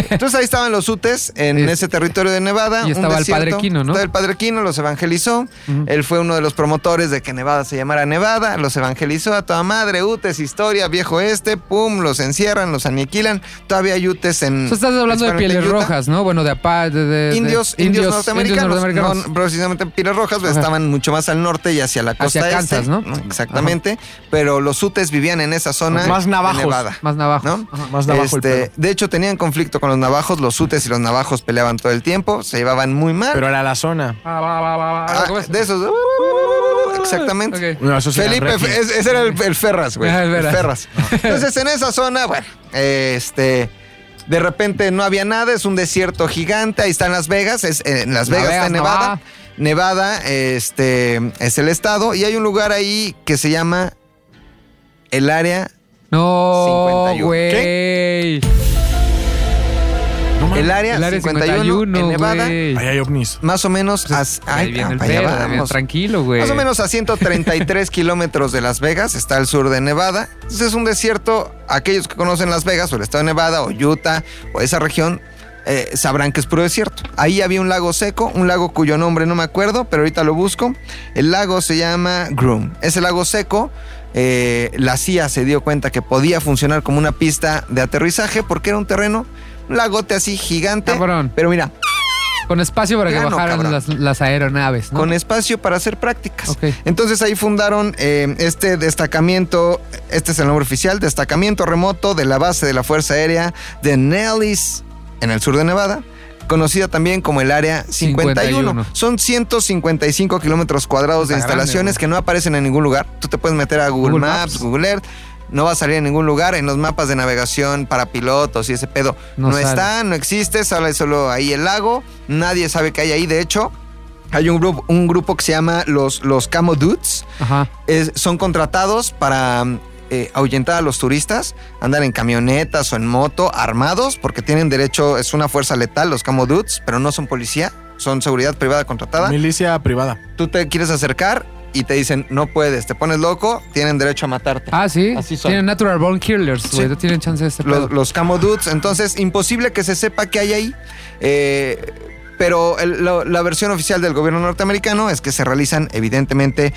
C: Entonces ahí estaban los Utes en
B: Es-
C: ese territorio de Nevada.
B: Y estaba el
C: desierto.
B: padre Quino, ¿no?
C: Estaba el padre Quino, los evangelizó.
B: Mm.
C: Él fue uno de los promotores de que Nevada se llamara Nevada. Los evangelizó a toda madre. Utes, historia, viejo este. Pum, los encierran, los aniquilan. Todavía hay Utes en.
B: O sea, estás hablando de
C: principalmente
B: pieles
C: Utah.
B: rojas, ¿no? Bueno, de apa, de, de- de-
C: Indios, indios, norteamericanos,
B: norteamericanos.
C: no precisamente pieles rojas, pues,
B: Ajá.
C: estaban mucho más al norte y hacia la costa
B: Hacia
C: este,
B: Kansas, ¿no?
C: Exactamente, pero los Utes vivían en esa zona
A: Más
C: de
A: navajos.
C: Nevada.
B: Más navajos.
C: ¿no?
B: Ajá.
A: Más de abajo el
C: Este,
A: pelo.
C: de hecho, tenían conflicto con los navajos. Los sutes y los navajos peleaban todo el tiempo. Se llevaban muy mal.
A: Pero era la zona.
B: Ah, va, va, va, va.
C: Ah,
B: ¿Cómo es?
C: de esos. Exactamente.
B: Ok.
A: No, eso sí era
C: Felipe,
A: regio.
C: es- ese era el, el Ferras, güey.
B: Ah, el
C: El
B: Ferras. <laughs>
C: Ferras. Entonces, en esa zona, bueno, este. De repente no había nada, es un desierto gigante. Ahí están Las Vegas, es, eh, en
B: Las
C: Las Vegas, está
B: Vegas,
C: Nevada. Nevada, este, es el estado. Y hay un lugar ahí que se llama el área,
B: No,
C: 51.
B: güey.
A: No mames.
C: el área,
B: El área
C: 51,
B: 51,
C: en Nevada.
B: güey. Pues,
A: Ahí hay ovnis.
C: Más o menos. a,
B: Ahí
C: ay,
B: viene el
C: para allá
B: pedo, ahí viene-
C: vamos.
B: tranquilo, güey.
C: Más o menos
B: <laughs>
C: a 133 kilómetros de Las Vegas, está al sur de Nevada. Entonces es un desierto, aquellos que conocen Las Vegas o el estado de Nevada o Utah o esa región, eh, sabrán que es puro desierto. Ahí había un lago seco, un lago cuyo nombre no me acuerdo, pero ahorita lo busco. El lago se llama Groom. Ese lago seco, eh, la CIA se dio cuenta que podía funcionar como una pista de aterrizaje porque era un terreno, un lagote así gigante.
B: Cabrón.
C: Pero mira,
B: Con espacio para que
C: Plano,
B: bajaran
C: cabrón.
B: las, las aeronaves, ¿no?
C: con espacio para hacer prácticas.
B: Ok.
C: Entonces ahí fundaron eh, este destacamiento, este es el nombre oficial, destacamiento remoto de la base de la Fuerza Aérea de Nellis, en el sur de Nevada, conocida también como el Área 51.
B: 51.
C: Son 155 kilómetros cuadrados de
B: Está grande,
C: instalaciones
B: güey.
C: que no aparecen en ningún lugar. Tú te puedes meter a Google,
B: Google
C: Maps,
B: Maps.
C: Google Earth. No va a salir en ningún lugar en los mapas de navegación para pilotos y ese pedo.
B: No
C: No,
B: sale.
C: está, no existe, sale solo ahí el lago. Nadie sabe que hay ahí. De hecho, hay un grupo, un grupo que se llama los, los Camo Dudes.
B: Ajá.
C: Es- son contratados para mm, eh, ahuyentar a los turistas, andan en camionetas o en moto, armados, porque tienen derecho, es una fuerza letal, los Camo Dudes, pero no son policía, son seguridad privada contratada.
A: Milicia privada.
C: Tú te quieres acercar, y te dicen, no puedes, te pones loco, tienen derecho a matarte.
B: Ah, sí.
C: Así son.
B: Tienen Natural Born Killers, güey.
C: Sí.
B: No tienen chance de ser
C: los, los camo dudes. Entonces, imposible que se sepa qué hay ahí. Eh, pero el- lo- la versión oficial del gobierno norteamericano es que se realizan, evidentemente,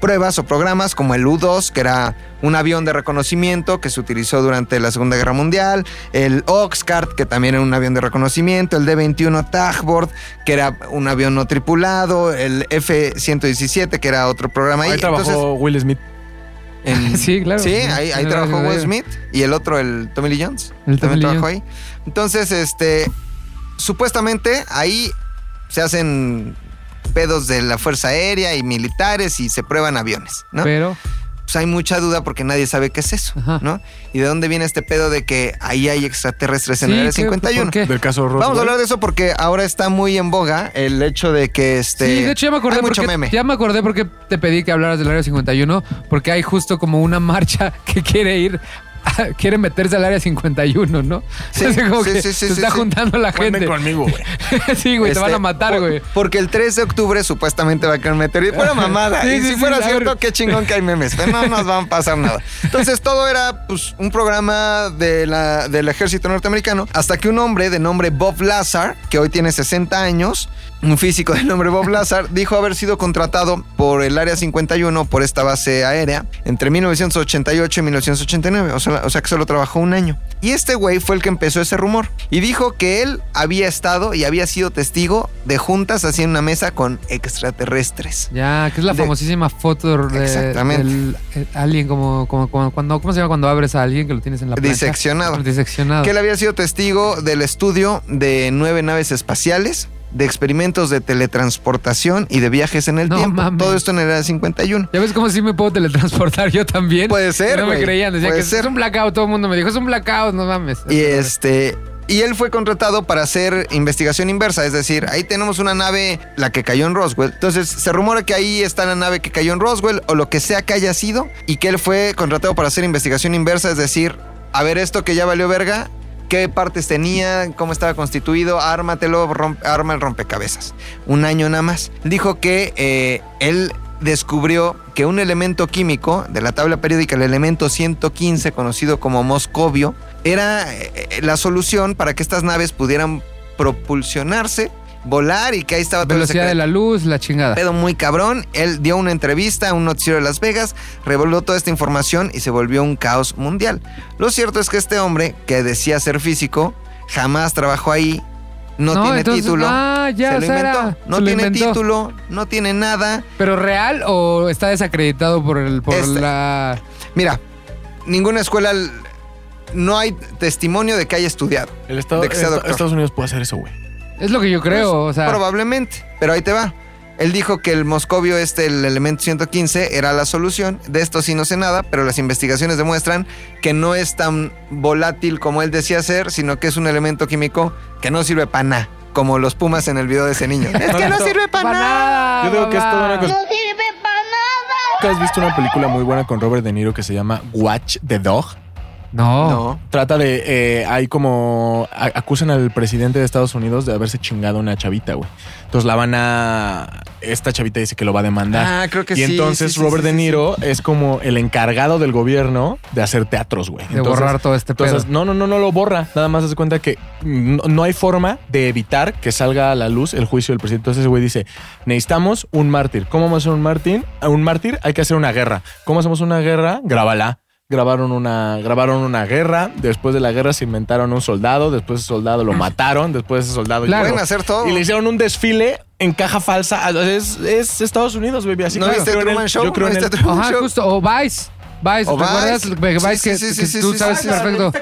C: pruebas o programas como el U-2, que era un avión de reconocimiento que se utilizó durante la Segunda Guerra Mundial, el Oxcart, que también era un avión de reconocimiento, el D-21 Tagbord, que era un avión no tripulado, el F-117, que era otro programa ahí.
A: Ahí trabajó
C: Entonces,
A: Will Smith.
B: <laughs>
C: en-
B: Sí, claro.
C: Sí, ahí, ahí
B: Sí,
C: trabajó
B: claro.
C: Will Smith y el otro, el Tommy Lee Jones.
B: El Tommy
C: también
B: Lee
C: trabajó
B: Jones.
C: ahí. Entonces, este, supuestamente ahí se hacen pedos de la Fuerza Aérea y militares y se prueban aviones, ¿no?
B: Pero
C: Pues hay mucha duda porque nadie sabe qué es eso, ¿no? Y de dónde viene este pedo de que ahí hay extraterrestres en
B: Sí,
C: el área
B: ¿qué?
C: 51.
B: ¿Por qué?
A: Del caso Roswell.
C: Vamos a hablar de eso porque ahora está muy en boga el hecho de que este.
B: Sí, de hecho ya me acordé
C: hay mucho
B: porque
C: meme.
B: ya me acordé porque te pedí que hablaras del área 51 porque hay justo como una marcha <laughs> que quiere ir a- quiere meterse al área 51, ¿no? <laughs>
C: Sí,
B: O sea, como
C: sí,
B: que
C: sí, sí,
B: se
C: sí,
B: está
C: sí.
B: juntando la gente.
A: conmigo, güey.
B: <laughs> sí, güey, te
C: Este,
B: van a matar,
C: por-
B: güey.
C: Porque el 3 de octubre supuestamente va a caer un meteorito. Fuera
B: <laughs>
C: mamada.
B: Sí,
C: y
B: sí,
C: si
B: sí,
C: fuera
B: a ver.
C: cierto, qué chingón que hay memes. Pero no nos van a pasar nada. Entonces todo era pues, un programa de la- del ejército norteamericano. Hasta que un hombre de nombre Bob Lazar, que hoy tiene 60 años, un físico de nombre Bob Lazar, dijo haber sido contratado por el Área 51, por esta base aérea, entre 1988 y 1989. O sea, o sea que solo trabajó un año. Y este güey fue el que empezó ese rumor. Y dijo que él había estado y había sido testigo de juntas así en una mesa con extraterrestres.
B: Ya, que es la
C: de-
B: famosísima foto de,
C: Exactamente.
B: del el alien como, como, como cuando ¿cómo se llama cuando abres a alguien que lo tienes en la plancha?
C: Diseccionado.
B: Diseccionado.
C: Que él había sido testigo del estudio de nueve naves espaciales, de experimentos de teletransportación y de viajes en el
B: No
C: tiempo.
B: mames.
C: Todo esto en el área 51.
B: ¿Ya ves cómo sí me puedo teletransportar <laughs> yo también?
C: Puede ser,
B: No me
C: güey.
B: creían, decía
C: Puede
B: que
C: ser.
B: es un blackout, todo el mundo me dijo, es un blackout, no mames.
C: Y este. Y él fue contratado para hacer investigación inversa, es decir, ahí tenemos una nave, la que cayó en Roswell. Entonces, se rumora que ahí está la nave que cayó en Roswell o lo que sea que haya sido, y que él fue contratado para hacer investigación inversa, es decir, a ver esto que ya valió verga, qué partes tenía, cómo estaba constituido, ármatelo, romp- arma el rompecabezas. Un año nada más. Dijo que eh, él descubrió que un elemento químico de la tabla periódica, el elemento 115, conocido como moscovio, era eh, eh, la solución para que estas naves pudieran propulsionarse, volar y que ahí estaba todo el
B: Velocidad de la
C: secreto.
B: luz, la chingada.
C: Pedo muy cabrón. Él dio una entrevista a un noticiero de Las Vegas, reveló toda esta información y se volvió un caos mundial. Lo cierto es que este hombre, que decía ser físico, jamás trabajó ahí, no, tiene
B: entonces-
C: título.
B: Ah, ya,
C: se lo
B: o sea, era-
C: inventó. No
B: se lo
C: tiene
B: inventó.
C: título, no tiene nada.
B: ¿Pero real o está desacreditado por el por
C: Este.
B: la
C: Mira, ninguna escuela l- no hay testimonio de que haya estudiado.
A: El estado,
C: De que sea
A: esta-
C: doctor.
A: Estados Unidos puede hacer eso, güey.
B: Es lo que yo creo,
C: Pues,
B: o sea,
C: Probablemente, pero ahí te va. Él dijo que el moscovio, este, el elemento 115, era la solución. De esto sí no sé nada, pero las investigaciones demuestran que no es tan volátil como él decía ser, sino que es un elemento químico que no sirve para nada, como los pumas en el video de ese
B: <laughs>
C: niño. es que no sirve para
B: para
C: nada.
B: nada.
A: Yo digo que es
B: papá.
A: toda una cosa. ¿Nunca has visto una película muy buena con Robert De Niro que se llama Watch the Dog?
B: No.
C: No.
A: Trata de. eh, hay como. a- acusan al presidente de Estados Unidos de haberse chingado una chavita, güey. Entonces la van a. Esta chavita dice que lo va a demandar.
C: Ah, creo que
A: y
C: sí,
A: entonces
C: sí, sí,
A: Robert
C: sí,
A: De
C: sí,
A: Niro es como el encargado del gobierno de hacer teatros, güey.
B: De
A: Entonces-
B: borrar todo este pedo.
A: Entonces, no, no, no, no lo borra. Nada más hace cuenta que no, no hay forma de evitar que salga a la luz el juicio del presidente. Entonces, ese güey dice: Necesitamos un mártir. ¿Cómo vamos a hacer un mártir? A un mártir hay que hacer una guerra. ¿Cómo hacemos una guerra? Grábala. Grabaron una, grabaron una guerra. Después de la guerra se inventaron un soldado. Después ese soldado lo mataron. Después ese soldado
B: Claro.
A: llegó.
C: Pueden hacer todo.
A: Y le hicieron un desfile en caja falsa. Ah, Es, es Estados Unidos, baby. Así
C: ¿No
A: que yo
C: viste
A: creo en
C: Truman
A: él.
C: Show?
A: Yo creo
C: ¿No
A: en
C: viste
A: él.
C: Truman
B: Ajá,
C: Show?
B: justo o Vice. Vice,
C: O
B: ¿te acuerdas?
C: Vice.
B: Ve- Vice
C: Sí,
B: que,
C: sí, sí,
B: que
C: sí,
B: tú
C: sí,
B: sabes
C: sí, sí.
B: perfecto.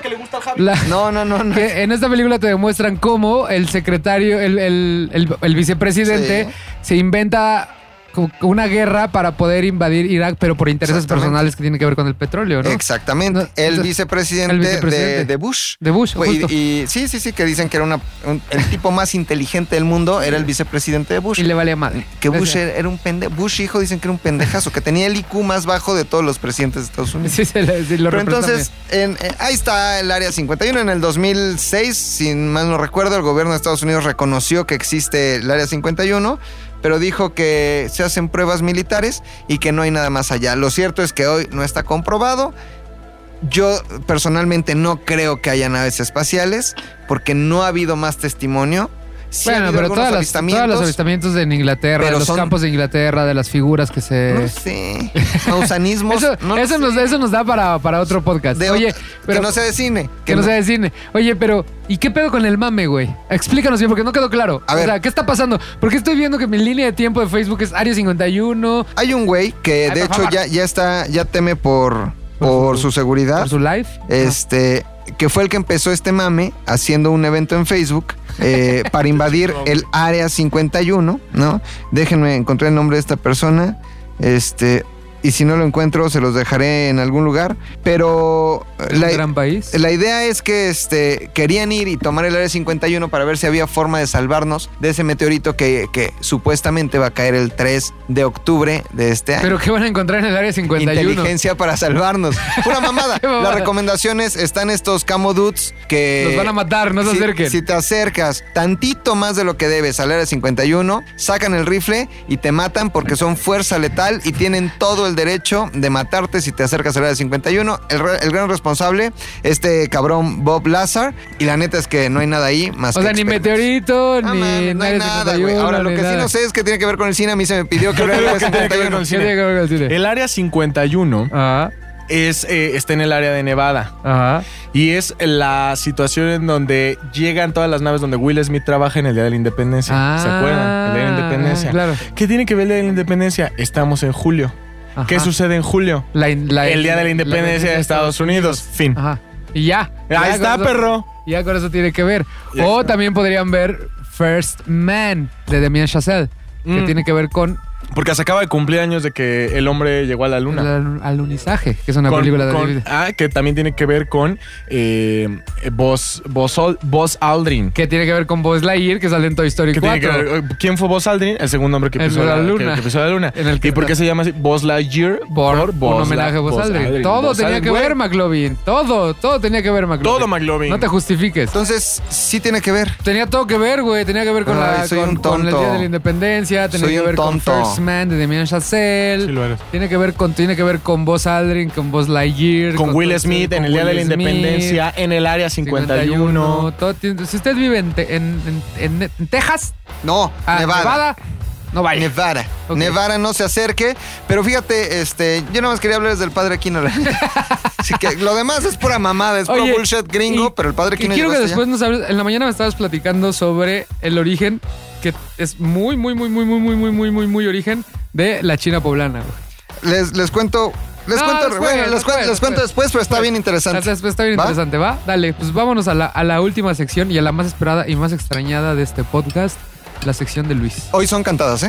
B: La-
C: No, no, no, no. <laughs>
B: que en esta película te demuestran cómo el secretario, el, el- el- el vicepresidente,
C: Sí.
B: se inventa como que una guerra para poder invadir Irak, pero por intereses
C: Exactamente.
B: personales que tienen que ver con el petróleo, ¿no?
C: Exactamente.
B: No,
C: el
B: entonces,
C: vicepresidente,
B: el
C: de-
B: vicepresidente.
C: De, Bush.
B: De Bush,
C: Güey,
B: justo.
C: y, y- sí, sí, sí, que dicen que era una, un- el tipo más inteligente del mundo, era el vicepresidente de Bush.
B: Y le valía madre.
C: Que Bush
B: Decía,
C: era, era un pendejo. Bush, hijo, dicen que era un pendejazo, que tenía el IQ más bajo de todos los presidentes de Estados Unidos.
B: <laughs> Sí, se le- sí, lo
C: Pero
B: representan
C: entonces, en- eh, ahí está el Área 51. En el 2006, sin mal no recuerdo, el gobierno de Estados Unidos reconoció que existe el Área 51, pero dijo que se hacen pruebas militares y que no hay nada más allá. Lo cierto es que hoy no está comprobado. Yo personalmente no creo que haya naves espaciales porque no ha habido más testimonio. Sí ha
B: bueno,
C: habido
B: pero
C: algunos
B: todas las, todos los avistamientos de en Inglaterra,
C: Pero
B: de los
C: son-
B: campos de Inglaterra, de las figuras que se.
C: No sé. Mausanismos.
B: eh. <laughs> eso, eso nos, eso nos da para, para otro podcast.
C: De
B: Oye,
C: otro-
B: pero.
C: que no sea de cine.
B: que no sea de cine. Oye, pero, ¿y qué pedo con el mame, güey? Explícanos bien, porque no quedó claro.
C: A
B: o
C: ver.
B: sea, ¿qué está pasando? Porque estoy viendo que mi línea de tiempo de Facebook es Área 51.
C: Hay un güey que
B: Ay, por
C: de hecho
B: favor.
C: ya, ya está, ya teme por, por su seguridad.
B: Por su live.
C: Este, que fue el que empezó este mame haciendo un evento en Facebook eh, para invadir el Área 51, ¿no? Déjenme encontrar el nombre de esta persona. Este, y si no lo encuentro, se los dejaré en algún lugar. Pero eh, la,
B: Ah, gran país.
C: la idea es que este, querían ir y tomar el Área 51 para ver si había forma de salvarnos de ese meteorito que, que supuestamente va a caer el 3 de octubre de este año.
B: Pero, ¿qué van a encontrar en el Área 51?
C: Inteligencia
B: <laughs>
C: para salvarnos. Pura mamada.
B: Qué mamada.
C: Las recomendaciones están estos camo dudes que.
B: Los van a matar, no se
C: eh, si,
B: acerquen.
C: Si te acercas tantito más de lo que debes al área 51, sacan el rifle y te matan porque son fuerza letal y tienen todo el derecho de matarte si te acercas al área 51. El, re- el gran responsable, este cabrón Bob Lazar. Y la neta es que no hay nada ahí más
B: O
C: que.
B: sea, ni
C: experimentos.
B: meteorito,
C: Ah,
B: ni
C: mames, no hay
B: Área
C: nada, güey.
B: 51,
C: Ahora, lo
B: ni
C: que sí
B: nada.
C: no sé es que tiene que ver con el cine. A mí se me
B: <laughs>
C: pidió que hablara del área
A: ¿Qué tiene que ver con el
C: 51.
A: cine?
B: ¿Qué tiene que ver con el cine?
A: El área 51 es, eh, está en el área de Nevada.
B: Ajá.
A: Y es la situación en donde llegan todas las naves donde Will Smith trabaja en el Día de la Independencia. ¿Se
B: Ah,
A: acuerdan? El Día de la Independencia.
B: Claro.
A: ¿Qué tiene que ver el Día de la Independencia? Estamos en julio.
B: Ajá.
A: ¿Qué sucede en julio?
B: La in- la-
A: el Día de la Independencia de Estados Unidos. Fin.
B: Ajá. Y ya. Ya
A: Ahí está,
B: con eso-
A: perro.
B: Ya con eso tiene que ver. O también podrían ver First Man de Damien Chazelle, que
A: Mm.
B: tiene que ver con
A: Porque se acaba de cumplir años de que el hombre llegó a la luna.
B: el al- alunizaje, que es una
A: Con-
B: película de
A: con-
B: David.
A: Ah, que también tiene que ver con eh, Buzz, Buzz Al- Buzz Aldrin.
B: Que tiene que ver con Buzz Lightyear, que sale en Toy Story
A: Que
B: 4.
A: tiene que ver- eh, ¿Quién fue Buzz Aldrin? El segundo hombre que
B: El
A: pisó
B: de
A: la,
B: la
A: que-
B: luna.
A: que pisó la luna.
B: En el que
A: ¿Y por qué
B: tra-
A: se llama así? Buzz Lightyear por,
B: un
A: Buzz
B: homenaje a
A: La-
B: Buzz Aldrin. Todo
A: Buzz
B: tenía
A: Aldrin,
B: que
A: güey.
B: ver, McLovin. Todo, todo tenía que ver, McLovin.
A: Todo McLovin.
B: No te justifiques.
C: Entonces, sí tiene que ver.
B: Tenía todo que ver, güey. Tenía que ver con,
C: Ay,
B: la,
C: soy
B: con-
C: un
B: con el
C: tonto.
B: Día de la Independencia. Tenía
C: Soy
B: que
C: un
B: ver con
C: tonto.
B: First Man de Damien Chazelle.
A: Sí lo eres.
B: Tiene que ver con tiene que ver con Buzz Aldrin, con Buzz Lightyear,
A: Con Will Smith
B: con
A: en el Día de la
B: Will Smith,
A: Independencia, en el Área 51.
B: todo tiene- si usted vive en, Te- en- en- en- en Texas,
C: No,
B: a
C: Nevada.
B: Ah, Nevada. no vaya.
C: Nevada.
B: Ok.
C: Nevada no se acerque. Pero fíjate, este, yo nada más quería hablarles del padre Aquino.
B: <laughs>
C: Así que lo demás es pura mamada, es
B: Oye,
C: pura bullshit gringo,
B: y-
C: pero el padre
B: Que
C: Aquino
B: quiero
C: llegó
B: que
C: hasta
B: después
C: allá.
B: nos hables. En la mañana me estabas platicando sobre el origen, que es muy, muy, muy, muy, muy, muy, muy, muy, muy, muy origen de la China poblana. güey.
C: Les, les cuento. Les
B: No,
C: cuento,
B: después,
C: bueno, les,
B: después,
C: cuen- les cuento después, pero está bien interesante.
B: Está, está bien
C: ¿Va?
B: interesante, ¿va? Dale, pues vámonos a la, a la última sección y a la más esperada y más extrañada de este podcast, la sección de Luis.
C: Hoy son cantadas,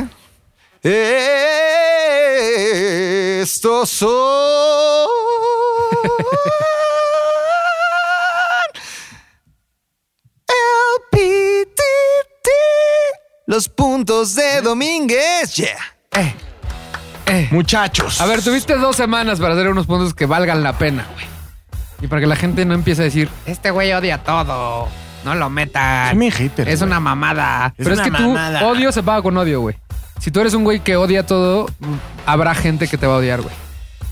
C: ¿eh? Estos ¿eh? son. LPTT. Los puntos de Domínguez. Yeah.
A: Muchachos.
B: A ver, tuviste dos semanas para hacer unos puntos que valgan la pena, güey. Y para que la gente no empiece a decir, este güey odia todo, no lo metan.
A: Es mi hater,
B: Es
A: güey.
B: una mamada.
A: Es
B: Pero es
A: una
B: que tú,
A: mamada.
B: odio se paga con odio, güey. Si tú eres un güey que odia todo, habrá gente que te va a odiar, güey.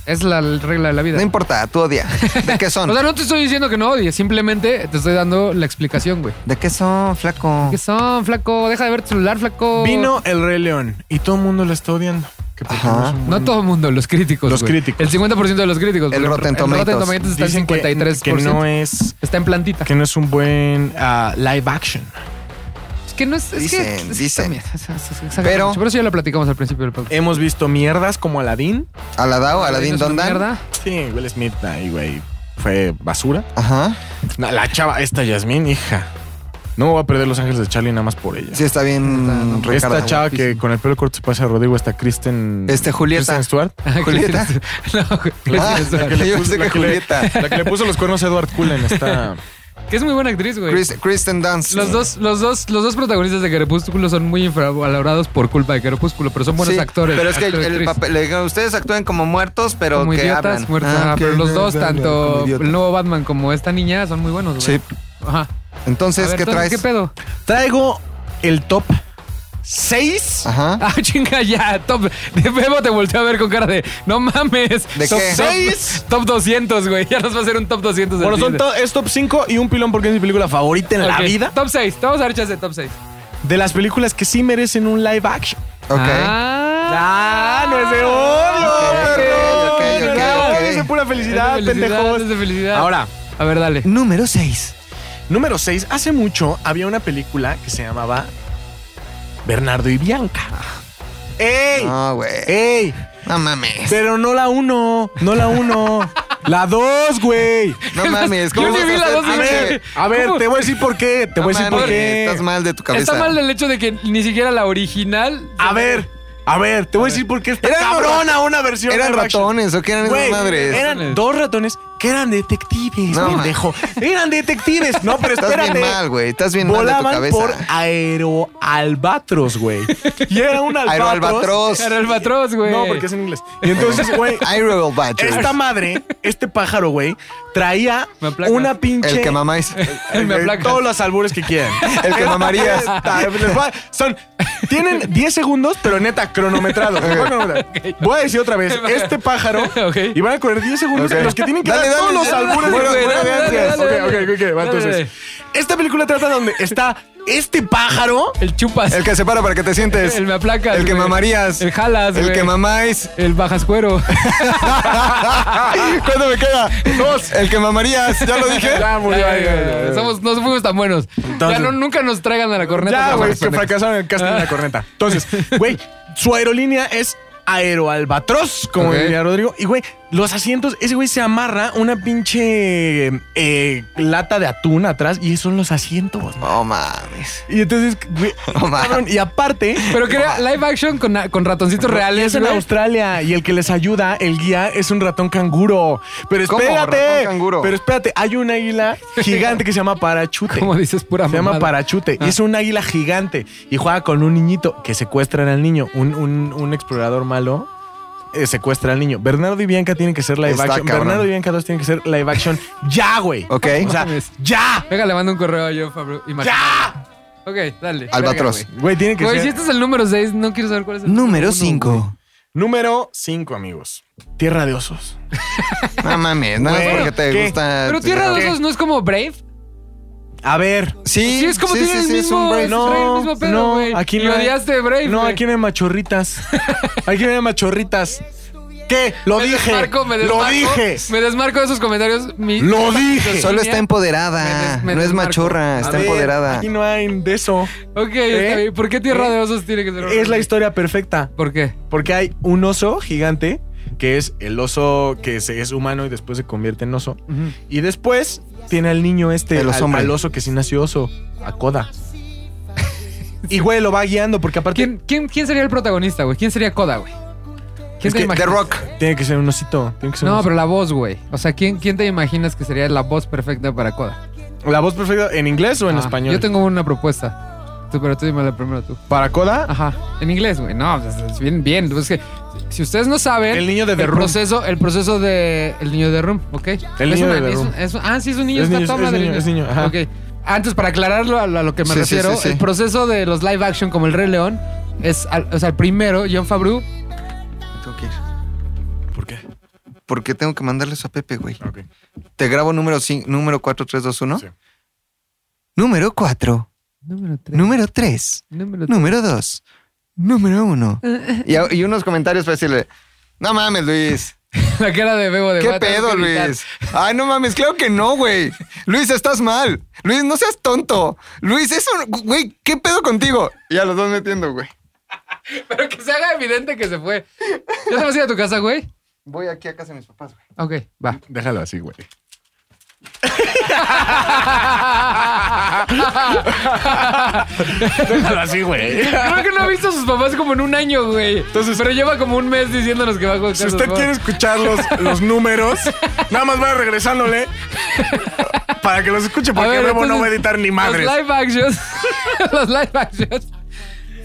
B: Es la regla de la vida.
C: No importa, tú odia. ¿De qué son?
B: O sea, no te estoy diciendo que no odies, simplemente te estoy dando la explicación, güey.
C: ¿De qué son, flaco?
B: ¿Qué son, flaco? Deja de ver tu celular, flaco.
A: Vino el Rey León y todo el mundo lo está odiando. Que porque
C: Ajá.
A: no es un
B: No
A: buen-
B: todo el mundo, los críticos.
A: Los
B: güey.
A: críticos.
B: El 50% de los críticos.
C: El
B: porque
C: Rotten
B: El Rotten
C: Tomatoes.
B: Tomatoes está
A: Dicen
B: en 53%.
A: que, que no es
B: Está en plantita.
A: que no es un buen ah, live action.
B: Es que no es. es que-
C: Dicen,
B: es que
C: dicen.
B: también, es- es- es- es-
C: Pero-
B: Pero eso ya lo platicamos al principio del podcast.
A: Hemos visto mierdas como Aladdin.
C: Aladao, Aladín
B: Es una
C: Dondan.
B: mierda.
A: Sí, Will Smith ahí, güey. Fue basura.
C: Ajá.
A: No, la chava, esta Yasmín, hija. No me voy a perder Los Ángeles de Charlie nada más por ella.
C: Sí, está
B: Está, no,
C: bien, Ricardo.
A: esta chava que con el pelo corto se parece a Rodrigo, esta Kristen.
C: Este, Julieta.
A: Kristen Stewart.
B: Ah,
C: ¿Julieta?
B: <laughs> No, güey,
C: Ah,
B: Kristen Stewart.
C: la que le- <laughs> Yo pensé que
A: le-
C: Julieta.
A: la que le puso los cuernos a Edward Cullen.
C: <laughs>
A: Está.
B: Que es muy buena actriz, güey.
C: Chris- Kristen Dunst.
B: Los dos, los dos, los dos protagonistas de Crepúsculo son muy infravalorados por culpa de Crepúsculo, pero son buenos
C: Sí,
B: actores.
C: Pero es que
B: actor y
C: el
B: actriz.
C: papel, le- ustedes actúan como muertos, pero
B: como
C: que
B: idiotas,
C: hablan.
B: muertos.
C: Ah,
B: Ajá,
C: ok,
B: pero los
C: ya,
B: dos,
C: ya, ya,
B: tanto
C: como idiota.
B: el nuevo Batman como esta niña, son muy buenos, güey.
C: Sí.
B: Ajá. A
C: Entonces,
B: ver,
C: ¿qué
B: entonces,
C: traes?
B: ¿Qué pedo?
A: Traigo el top ¿Seis?
C: Ajá.
B: <laughs> Ah, chinga, ya. Top. De Bebo te volteó a ver con cara de. No mames.
A: ¿De
B: top
A: qué?
C: <laughs>
B: seis? Top 200, güey. Ya nos va a hacer un top 200. del
A: Bueno, son
B: Tinder.
A: to- es top 5 y un pilón porque es mi película favorita en la
B: Ok,
A: vida.
B: Top 6. Vamos a ver chance de top 6.
A: De las películas que sí merecen un live action.
C: Ok.
B: Ah,
A: no es de odio, perro. No,
C: ok.
A: es de pura felicidad,
B: Es de felicidad,
A: pendejos.
B: es de felicidad.
A: Ahora,
B: A ver, dale.
C: Número 6.
A: número 6. Hace mucho había una película que se llamaba Bernardo y Bianca. ¡Ey!
C: No, güey.
B: Eh.
A: ¡Ey!
B: <laughs>
C: No mames.
A: Pero no la uno, no la uno. La dos, güey.
C: No mames.
B: Yo ni
C: vas a
B: vi la
C: hacer-
B: dos,
A: A
C: A
B: güey.
A: ver,
C: ver,
A: a ver,
B: ¿Cómo?
A: te voy a decir por qué. Te
C: no
A: voy a decir por
C: mames,
A: qué.
C: Estás mal de tu cabeza.
B: Está mal el hecho de que ni siquiera la original.
A: A ver, a ver, te voy a decir por qué está
C: Eran
A: cabrona una versión.
C: ¿Eran
A: live action.
C: ratones o qué eran esas
A: Güey,
C: madres?
A: Eran dos ratones que eran detectives,
C: No,
A: pendejo.
C: <laughs>
A: Eran detectives. No, pero
C: Estás
A: espérate.
C: bien mal, güey. Estás bien mal
A: Volaban
C: de tu
A: por
C: cabeza.
A: aeroalbatros, güey. Y era un albatros.
C: Aeroalbatros.
B: Era el patrón, güey.
A: No, porque es en inglés. Y entonces,
C: <laughs>
A: güey,
C: Aeroalbatros.
A: esta madre, este pájaro, güey, traía
B: Me aplacas.
A: una pinche.
C: El
A: <laughs>
C: que mamáis.
B: Me
A: Eh,
B: aplacas.
A: Todos los albures que quieran.
C: El que mamarías.
A: Esta, pues les va- Son.
C: <laughs>
A: Tienen 10 segundos, pero neta, cronometrado. Les voy a cronometrar. Voy a decir otra
C: <laughs>
A: vez: este pájaro.
B: Ok.
A: Y van a correr 10 segundos
C: Ok.
A: en los que tienen que
C: Dale,
A: dar
C: dale,
A: todos
C: dale,
A: los albures
C: dale,
A: de
C: dale,
A: las
C: dale,
A: referencias.
B: dale,
A: Ok,
B: dale.
A: ok, ok, va,
B: Dale,
A: entonces.
B: dale.
A: Esta película trata donde está este
C: <laughs>
A: pájaro.
B: El chupas.
C: El que se para para que te sientes.
B: El me aplacas,
C: El que
B: güey.
C: mamarías.
B: El jalas,
C: El
B: güey.
C: que mamáis.
B: El bajas
A: <laughs>
B: cuero.
C: <laughs> ¿Cuánto me queda? Dos. El que mamarías. ¿Ya
B: <laughs>
C: lo dije?
A: Ya murió,
B: Ay,
A: ay, ay, ay.
B: Somos, no fuimos tan buenos. ya no, nunca nos traigan a la corneta.
A: Ya,
B: por
A: güey, que
B: favor. Ah.
A: fracasaron en el casting de la corneta. Entonces,
B: <laughs>
A: güey, su aerolínea es Aeroalbatros, como
B: Ok.
A: diría Rodrigo. Y, güey, los asientos, ese güey se amarra una pinche eh, lata de atún atrás y esos son los asientos.
C: No mames.
A: Y entonces,
B: <laughs>
A: güey,
C: No mames.
A: cabrón, y aparte...
B: Pero que era live action con, con ratoncitos
A: Ah. Es
B: reales.
A: en
B: güey.
A: Australia y el que les ayuda, el guía, es un ratón canguro. Pero
C: ¿Cómo?
A: espérate,
C: ¿Ratón canguro?
A: pero espérate, hay un águila gigante que se llama parachute.
B: Como dices, pura
A: Se llama
B: mamada.
A: Parachute.
B: Ah.
A: Y es un águila gigante. Y juega con un niñito que secuestra al niño. Un, un- un explorador malo eh, secuestra al niño. Bernardo y Bianca tienen que ser live
C: Está
A: action.
C: cabrón.
A: Bernardo y Bianca 2 tienen que ser live action. <laughs> ¡Ya, güey!
C: Ok.
A: O sea,
B: Mames.
A: ¡ya!
B: Venga, le mando un correo a yo, Fabio.
A: ¡Ya!
B: Ok, dale.
C: Albatros.
B: Verga,
A: Güey, tiene que
B: Güey,
A: ser.
B: Güey, si este es el número 6, no quiero saber cuál es el
C: Número
B: uno, güey.
C: 5.
A: Número 5, amigos. Tierra de osos.
C: No mames. Nada más
A: Güey,
C: porque te
A: ¿qué?
C: gusta.
B: Pero Tierra de
A: ¿Qué?
B: Osos no es como Brave.
A: A ver.
C: Sí,
B: Sí, es como tiene el
C: es un
B: mismo- trae
C: brain.
B: el
A: No,
B: mismo pedo,
A: no,
B: güey.
A: aquí
B: Y
A: no. hay-
B: odiaste Brave,
A: No,
B: güey.
A: aquí no hay
B: <laughs>
A: machorritas. aquí no hay machorritas. ¿Qué? Lo dije.
B: Desmarco, me
A: Lo
B: desmarco,
A: dije.
B: Me desmarco de esos comentarios. Mi-
A: Lo dije.
C: Solo
B: Línea.
C: está
B: Me
C: empoderada.
B: des- me
C: no es
B: desmarco.
C: machorra.
B: A
C: Está
A: A ver,
C: empoderada.
A: Aquí no hay de eso.
B: Ok,
A: ¿Eh?
B: está bien. ¿Por qué Tierra de Osos tiene que ser
A: Es la historia perfecta.
B: ¿Por qué?
A: Porque hay un oso gigante, que es el oso que se- es humano y después se convierte en oso. Y después tiene al niño este,
C: El
A: al,
C: oso hombre.
A: al oso que sí nació oso, a
C: <laughs>
A: Koda. Y güey, lo va guiando porque aparte
B: ¿Quién, quién, quién sería el protagonista, güey? ¿Quién sería Koda, güey? ¿Quién
C: Es que The
B: imaginas?
C: Rock.
A: tiene que ser un osito. Tiene que ser un
B: No,
A: oso.
B: pero la voz, güey. O sea, ¿quién, ¿quién te imaginas que sería la voz perfecta para Koda?
A: ¿La voz perfecta en inglés o en
B: Ah,
A: español?
B: Yo tengo una propuesta. Tú, pero tú dime la primero tú.
A: ¿Para Koda?
B: Ajá. En inglés, güey. No, pues, es bien, bien. Es que si ustedes no saben.
A: El niño de The
B: el
A: Room.
B: proceso, el proceso de. El niño de Room, ¿ok?
A: El
B: Es
A: niño
B: una-
A: de The
B: es un-
A: Room.
B: es un- ah, sí, es un niño.
A: Es
B: está
A: niño,
B: toda
A: es
B: madre
A: niño,
B: niño.
A: es niño, ajá.
B: Ok. Antes, para aclararlo a, a lo que me
C: Sí, sí,
B: refiero,
C: sí, sí.
B: el proceso de los live action como El Rey León es. al- o sea, el primero, John Favreau.
C: Tengo que ir.
A: ¿Por qué?
C: Porque tengo que mandarles a Pepe, güey.
A: Ok.
C: Te grabo número 5, número 4, 3, 2, 1.
A: Sí.
C: Número 4,
B: Número 3.
C: número 3,
A: <laughs>
B: Número tres.
C: número 2, número 1. Y, a- y unos comentarios para decirle, no mames, Luis.
B: La cara de Bebo de
C: ¿Qué
B: "Voy a tener
C: pedo,
B: que gritar".
C: Luis? Ay, no mames, claro que no, güey. Luis, estás mal. Luis, no seas tonto. Luis, eso, güey, ¿qué pedo contigo? Y a los dos metiendo, güey.
B: Pero que se haga evidente que se fue. ¿Ya te vas a ir a tu casa, güey?
C: Voy aquí a casa de mis papás, güey.
B: Ok, va.
A: Déjalo así, güey. Déjalo así, güey.
B: Creo que no ha visto a sus papás como en un año, güey.
A: Entonces-
B: pero lleva como un mes diciéndonos que va a jugar.
A: Si usted quiere escuchar los, los números, nada más vaya regresándole para que los escuche, porque Bebo no va a editar ni madres.
B: Los live actions. <laughs> los live actions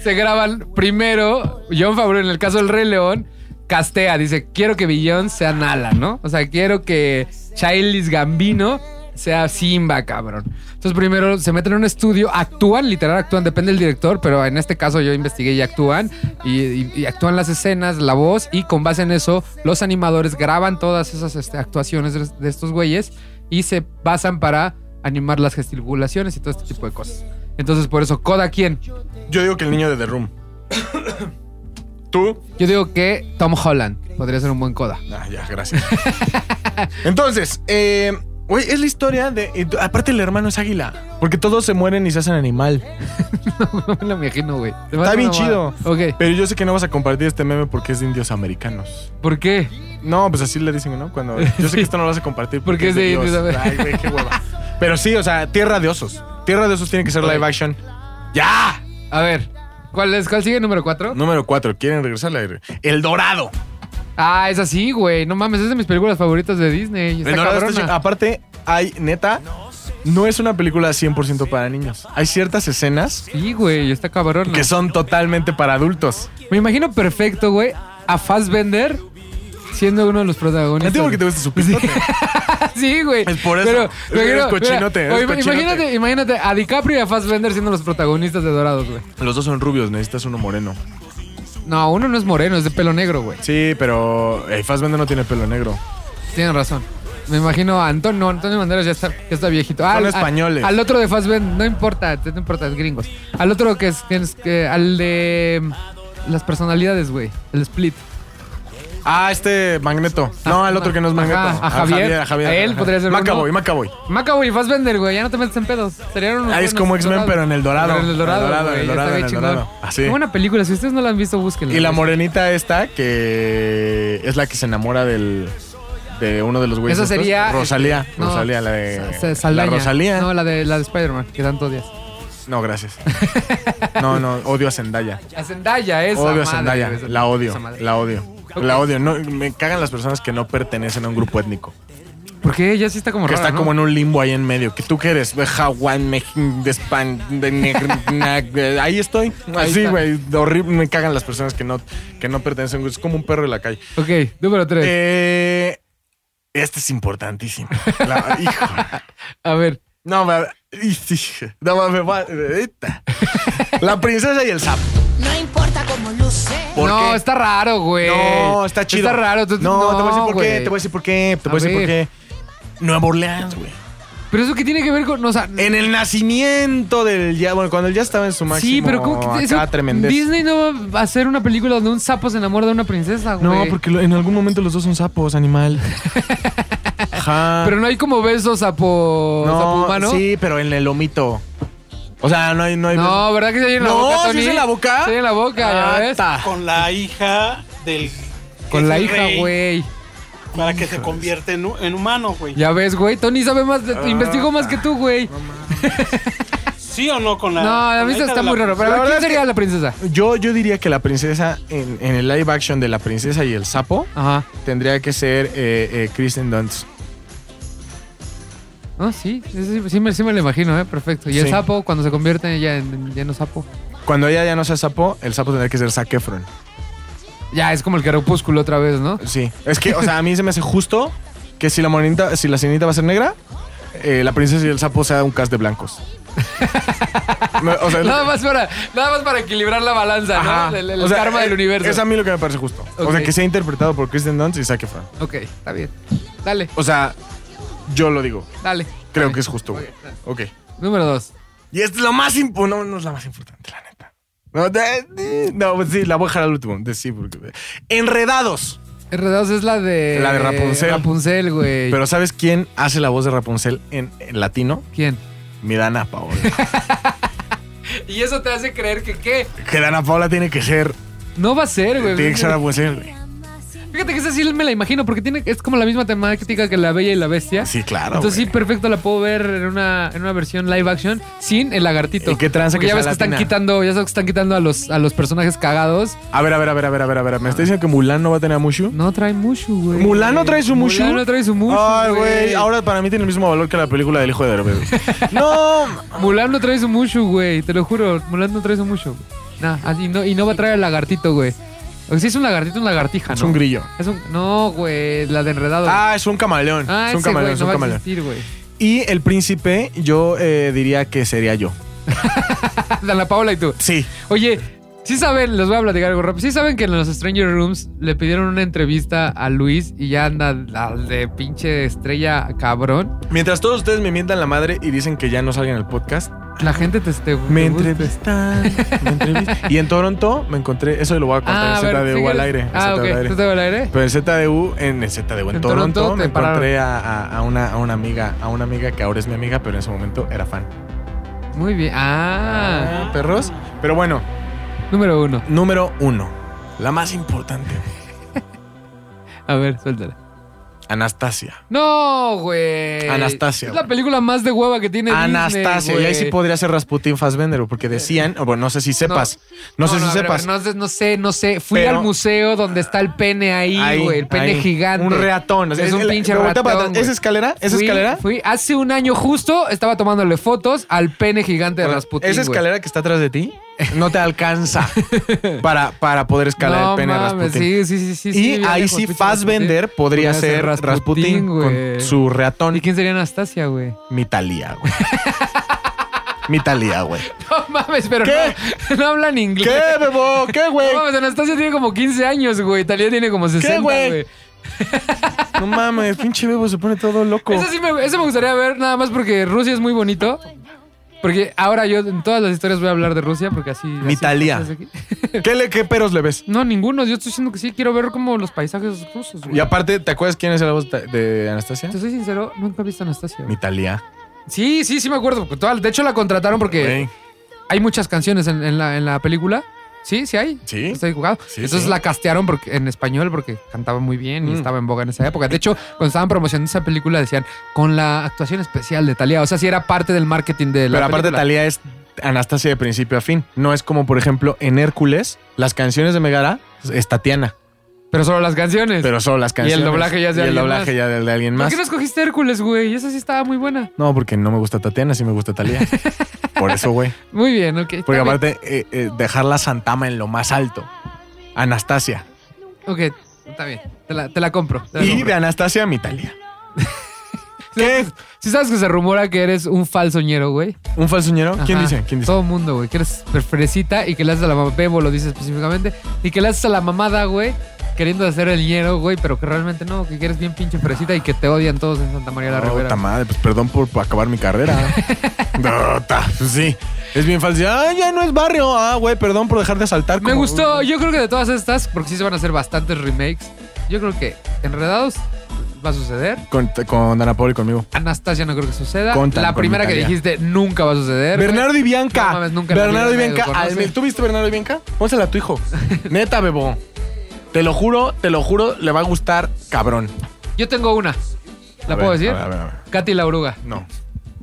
B: se graban primero. John Favreau, en el caso del Rey León, castea. Dice: Quiero que Billón sea Nala, ¿no? O sea, quiero que Childish Gambino sea Simba, cabrón. Entonces primero se meten en un estudio, actúan, literal actúan, depende del director, pero en este caso yo investigué y actúan, y, y- y actúan las escenas, la voz, y con base en eso los animadores graban todas esas este, actuaciones de, de estos güeyes y se basan para animar las gesticulaciones y todo este tipo de cosas. Entonces por eso, ¿Coda quién?
A: Yo digo que el niño de The Room. ¿Tú?
B: Yo digo que Tom Holland podría ser un buen Coda. <laughs>
A: Ah, ya, gracias. Entonces, eh, güey, es la historia de. eh, aparte, el hermano es águila. Porque todos se mueren y se hacen animal.
B: no me lo imagino, güey. Se me
A: Está
B: hace
A: bien
B: una
A: chido.
B: mamada. Ok.
A: Pero yo sé que no vas a compartir este meme porque es de indios americanos.
B: ¿Por qué?
A: No, pues así le dicen, ¿no?
B: <laughs>
A: Cuando. Yo sé que esto no lo vas a compartir
B: Porque es de indios
A: Ay, güey, qué hueva. Pero sí, o sea, tierra de osos. Tierra de osos tiene que ser live action. ¡Ya!
B: A ver, ¿cuál es? ¿Cuál sigue número 4?
A: Número 4. ¿Quieren regresar al aire? El Dorado.
B: Ah, es así, güey. No mames, es de mis películas favoritas de Disney. Está
A: El Dorado está
B: cabrona.
A: chi- Aparte, hay, neta, no es una película 100% para niños. Hay ciertas escenas.
B: Sí, güey, está cabrona.
A: Que son totalmente para adultos.
B: Me imagino perfecto, güey, a Fassbender siendo uno de los protagonistas.
A: Entiendo que te gusta su pistote.
B: <laughs> sí, güey.
A: Es por eso.
B: Pero,
A: Es que
B: me
A: eres
B: imagino-
A: cochinote,
B: mira,
A: eres
B: oye,
A: cochinote.
B: Imagínate, imagínate a DiCaprio y a Fassbender siendo los protagonistas de Dorados, güey.
A: Los dos son rubios, necesitas uno moreno.
B: No, uno no es moreno, es de pelo negro, güey.
A: Sí, pero el Fassbender no tiene pelo negro.
B: Tienen razón. Me imagino a Antonio, no, Antonio Banderas ya está, ya está viejito.
A: Son
B: al-
A: españoles.
B: Al, otro de Fassbender, no importa, no importa, es gringos. Al otro que es, que es- que- al de mm, las personalidades, güey, el split.
A: Ah, este Magneto. No, al otro que no es Magneto.
B: Ajá, a Javier.
A: A Javier.
B: A él podría ser uno.
A: Macaboy, Macaboy.
B: Macaboy y Fassbender, güey, ya no te metes en pedos. Serían unos
A: Ah, es
B: buenos
A: como X-Men,
B: soldados.
A: pero en el dorado.
B: Pero en el dorado,
A: en el
B: güey,
A: dorado,
B: está
A: en
B: bien
A: el
B: chingón.
A: dorado. Así.
B: Qué buena película, si ustedes no la han visto, búsquenla.
A: Y la
B: güey.
A: morenita esta, que es la que se enamora del. De uno de los güeyes.
B: Esa
A: estos.
B: sería.
A: Rosalía.
B: no,
A: Rosalía, la de.
B: Sa- Sa- Saldaña.
A: La Rosalía.
B: No, la de, la de Spider-Man, que tanto odias.
A: No,
B: <laughs>
A: gracias. No, no, odio a Zendaya.
B: A Zendaya, esa.
A: odio a
B: madre,
A: Zendaya.
B: güey, esa-
A: la odio.
B: esa madre.
A: La odio. La odio. No, me cagan las personas que no pertenecen a un grupo étnico.
B: Porque ella sí está como
A: que
B: rara,
A: está
B: ¿no?
A: como en un limbo ahí en medio. Que tú que eres Hawán, Mejín, de Span, de Negr- Nag- de- Ahí estoy.
B: Ahí
A: Así,
B: está.
A: güey. Horrible. Me cagan las personas que no, que no pertenecen. Es como un perro de la calle.
B: Ok, número 3.
A: Eh, este es importantísimo. La- <laughs> híjole.
B: a ver.
A: No, me, y sí, no, me- me va- esta. La princesa y el sapo.
N: No importa cómo luce.
A: ¿Por
B: no,
A: qué?
B: está raro, güey.
A: No, está chido.
B: Está raro. tú-
A: No, te voy a decir por qué,
B: güey.
A: te voy a decir por qué, te voy a
B: A
A: decir por qué.
B: ver.
A: Nueva Orleans, güey.
B: Pero eso que tiene que ver con. o sea,
A: En el nacimiento del ya, bueno, cuando él ya estaba en su máximo.
B: sí, pero ¿cómo que eso-
A: acá, tremendez.
B: Disney no va a hacer una película donde un sapo se enamora de una princesa, güey.
A: No, porque lo- en algún momento los dos son sapos, animal. Ajá.
B: Pero no hay como besos sapo, sapo humano.
A: sí, pero en el lomito. O sea, no hay, no hay.
B: No, ¿verdad que se oye en la
A: No,
B: boca,
A: ¿sí
B: Tony?
A: es en la boca?
B: Se oye en la boca,
A: Ah,
B: ya ves.
A: ta.
O: Con la hija del.
B: Con
O: del
B: la hija,
O: rey,
B: güey.
O: Para que se convierta en, hu- en humano, güey.
B: Ya ves, güey. Tony sabe más,
A: Ah,
B: de- investigó más que tú, güey.
O: ¿Sí o no con la.?
B: No, a
O: con
B: mí
O: hija
B: eso está
O: de la
B: muy raro. Pero
A: La
B: a ver,
A: verdad
B: ¿quién
A: es
B: sería
A: que-
B: la princesa?
A: Yo, yo diría que la princesa en, en el live action de la princesa y el sapo tendría que ser eh, eh, Kristen Dunst.
B: Ah, sí, sí, sí, sí me, sí me lo imagino, ¿eh? Perfecto. Y el
A: Sí.
B: sapo, cuando se convierte ya en, en lleno sapo.
A: Cuando ella ya no sea sapo, el sapo tendría que ser Zac Efron.
B: Ya, es como el crepúsculo otra vez, ¿no?
A: Sí. Es que, o sea, a mí se me hace justo que si la morenita, si la sirenita va a ser negra, eh, la princesa y el sapo sea un cast de
B: <laughs>
A: blancos. Me- o sea,
B: nada, más para, nada más para equilibrar la balanza, ¿no? El, el
A: o sea,
B: karma
A: eh,
B: del universo.
A: Es a mí lo que me parece justo. O sea,
B: Ok.
A: que sea interpretado por Kristen Dunst y Zac Efron.
B: Ok, está bien. Dale,
A: O sea, yo lo digo.
B: dale.
A: Creo que es justo, güey. Ok.
B: Número dos.
A: Y es lo más importante. No, no es la más importante, la neta. No, de- de- no, pues sí, la voy a dejar al último. De- sí, porque- Enredados.
B: Enredados es la de.
A: La de Rapunzel.
B: Rapunzel, güey.
A: Pero ¿sabes quién hace la voz de Rapunzel en, en latino?
B: ¿Quién?
A: Mirana Paola.
B: <laughs> Y eso te hace creer que qué.
A: que Dana Paola tiene que ser.
B: No va a ser, güey.
A: Tiene que ser Rapunzel, güey.
B: Fíjate que esa sí me la imagino, porque tiene, es como la misma temática que La Bella y la Bestia.
A: Sí, claro.
B: Entonces sí, perfecto, la puedo ver en una, en una versión live action sin el lagartito.
A: ¿Y qué tranza
B: Porque
A: que
B: ya
A: sea
B: ves que están
A: latina?
B: quitando, ya sabes que están quitando a los, a los personajes cagados.
A: A ver, a ver, a ver, a ver, a ver, a ver. ¿Me está diciendo que Mulan no va a tener a Mushu?
B: No trae Mushu, güey.
A: ¿Mulan no trae su Mushu?
B: Mulan no trae su Mushu,
A: Ay, güey.
B: güey.
A: Ahora para mí tiene el mismo valor que la película del hijo de Derbez.
B: <laughs>
A: No.
B: Mulan no trae su Mushu, güey. Te lo juro, Mulan no trae su Mushu. Nah, ah, y no, y no va a traer al lagartito, güey. O sea, si es un lagartito, un lagartija, Ah, ¿no?
A: Es un grillo.
B: Es un- no, güey, la de enredado.
A: Ah, es un camaleón.
B: Ah,
A: es un
B: ese,
A: camaleón,
B: güey,
A: es
B: no
A: un
B: va a
A: camaleón.
B: existir, güey. <laughs>
A: Y el príncipe, yo eh, diría que sería yo.
B: Dana Paola y tú.
A: Sí.
B: Oye, sí saben, les voy a platicar algo rápido. Sí saben que en los Stranger Rooms le pidieron una entrevista a Luis y ya anda la de pinche estrella cabrón.
A: Mientras todos ustedes me mientan la madre y dicen que ya no salgan el podcast,
B: La gente te esté.
A: me entrevistan. me entrevistan. <laughs> Y en Toronto me encontré, eso lo voy a contar
B: Ah,
A: en
B: a ver,
A: ZDU al
B: fíjate.
A: aire. en
B: Ah,
A: ZDU
B: ok.
A: al aire.
B: ¿ZDU al aire?
A: Pero en ZDU, en el ZDU, en,
B: En Toronto,
A: Toronto, me
B: te pararon.
A: encontré a, a- a una, a una amiga, a una amiga que ahora es mi amiga, pero en ese momento era fan.
B: Muy bien. Ah.
A: Perros. Pero bueno.
B: Número uno.
A: Número uno. La más importante.
B: A ver, suéltala.
A: Anastasia.
B: No, güey.
A: Anastasia,
B: Es la película más de hueva que tiene
A: Anastasia.
B: Disney,
A: y ahí sí
B: güey.
A: podría ser Rasputin Fassbender, porque decían, o bueno, no sé si sepas. No, sé
B: a
A: si
B: ver, a ver,
A: sepas.
B: no sé- no, sé, no sé. Fui
A: Pero-
B: al museo donde está el pene ahí,
A: Ahí,
B: güey. El pene
A: ahí.
B: gigante.
A: Un reatón. O sea,
B: Es un
A: el-
B: pinche
A: pero voltea
B: ratón.
A: para atrás.
B: güey.
A: ¿Esa escalera? ¿Esa
B: Fui-
A: escalera?
B: Fui hace un año justo, estaba tomándole fotos al pene gigante de
A: Bueno,
B: Rasputin.
A: Esa
B: güey.
A: escalera que está atrás de
B: <laughs>
A: ti no te alcanza para, para poder escalar
B: No
A: el pene de
B: mames,
A: Rasputin.
B: sí, sí, sí, sí,
A: y
B: sí,
A: ahí
B: viejo,
A: sí,
B: pinche
A: Fassbender
B: Rasputin.
A: podría ser Rasputin,
B: güey.
A: con su reatón.
B: ¿Y quién sería Anastasia,
A: <laughs>
B: güey?
A: Mitalia,
B: <laughs>
A: güey. Mitalia, güey.
B: No mames, pero
A: ¿Qué?
B: No, <laughs> no hablan inglés.
A: ¿Qué, bebo? ¿Qué,
B: <laughs>
A: güey?
B: No mames, Anastasia tiene como 15 años, güey. Talía tiene como 60,
A: güey?
B: güey.
A: No mames, pinche bebo se pone todo loco.
B: Eso sí me, eso me gustaría ver, nada más porque Rusia es muy bonito. Porque ahora yo en todas las historias voy a hablar de Rusia, porque así. así
A: Mitalia.
B: pasa aquí.
A: ¿Qué, le, ¿Qué peros le ves?
B: No, ninguno. Yo estoy diciendo que sí, quiero ver como los paisajes rusos, güey.
A: Y aparte, ¿te acuerdas quién es la voz ta- de Anastasia?
B: Te soy sincero, nunca he visto a Anastasia. güey.
A: Mitalia.
B: Sí, sí, sí me acuerdo. porque toda- De hecho, la contrataron porque hay muchas canciones en, en la, en la película. Sí, sí hay.
A: Sí.
B: Estoy jugado.
A: Sí,
B: Entonces
A: sí.
B: la castearon porque, en español porque cantaba muy bien y
A: Mm.
B: estaba en boga en esa época. De hecho, cuando estaban promocionando esa película decían con la actuación especial de Talía. O sea, sí era parte del marketing de la
A: Pero aparte,
B: película.
A: Talía es Anastasia de principio a fin. No es como, por ejemplo, en Hércules, las canciones de Megara es Tatiana,
B: Pero solo las canciones.
A: pero solo las canciones.
B: Y el doblaje ya es de
A: Y el
B: alguien
A: doblaje
B: más.
A: ya de, de alguien
B: ¿Por
A: más.
B: qué no escogiste Hércules, güey? Esa sí estaba muy buena.
A: No, porque no me gusta Tatiana, sí me gusta Talía.
B: <laughs>
A: por eso, güey.
B: Muy bien, ok.
A: Porque
B: está bien.
A: aparte, eh, eh, dejar la Santama en lo más alto. Anastasia.
B: Ok, está bien. Te la, te la compro. te la
A: Y
B: compro.
A: de Anastasia, Mitalia.
B: ¿Qué? Si sabes que se rumora que eres un falsoñero, güey.
A: ¿Un falsoñero? ¿Quién
B: Ajá,
A: dice? ¿Quién dice?
B: Todo el mundo, güey. Que eres fresita y que le haces a la mamá. Bebo lo dice específicamente. Y que le haces a la mamada, güey. Queriendo hacer el ñero, güey. Pero que realmente no. Que eres bien pinche fresita y que te odian todos en Santa María la
A: Oh,
B: Ribera.
A: ta madre, pues perdón por, por acabar mi carrera.
B: <laughs>
A: No, ta, pues sí. Es bien falso. Ah, ya no es barrio. Ah, güey, perdón por dejar de asaltar.
B: Me
A: como-
B: gustó. Yo creo que de todas estas, porque sí se van a hacer bastantes remakes. Yo creo que Enredados va a suceder.
A: Con, con Dana Paola y conmigo.
B: Anastasia no creo que suceda.
A: Con tan-
B: la
A: con
B: primera que
A: Italia.
B: dijiste nunca va a suceder. güey.
A: Bernardo y Bianca.
B: No mames, nunca en la
A: Bernardo y
B: vida nadie
A: Bianca.
B: lo
A: al
B: conoce.
A: mil- ¿Tú viste Bernardo y Bianca? Pónsela a tu
B: <laughs>
A: hijo. Neta, bebo. Te lo juro, te lo juro, le va a gustar cabrón.
B: Yo tengo una. ¿La
A: A
B: puedo
A: ver, a
B: decir?
A: ver, a ver, a ver.
B: Katy la oruga.
A: No.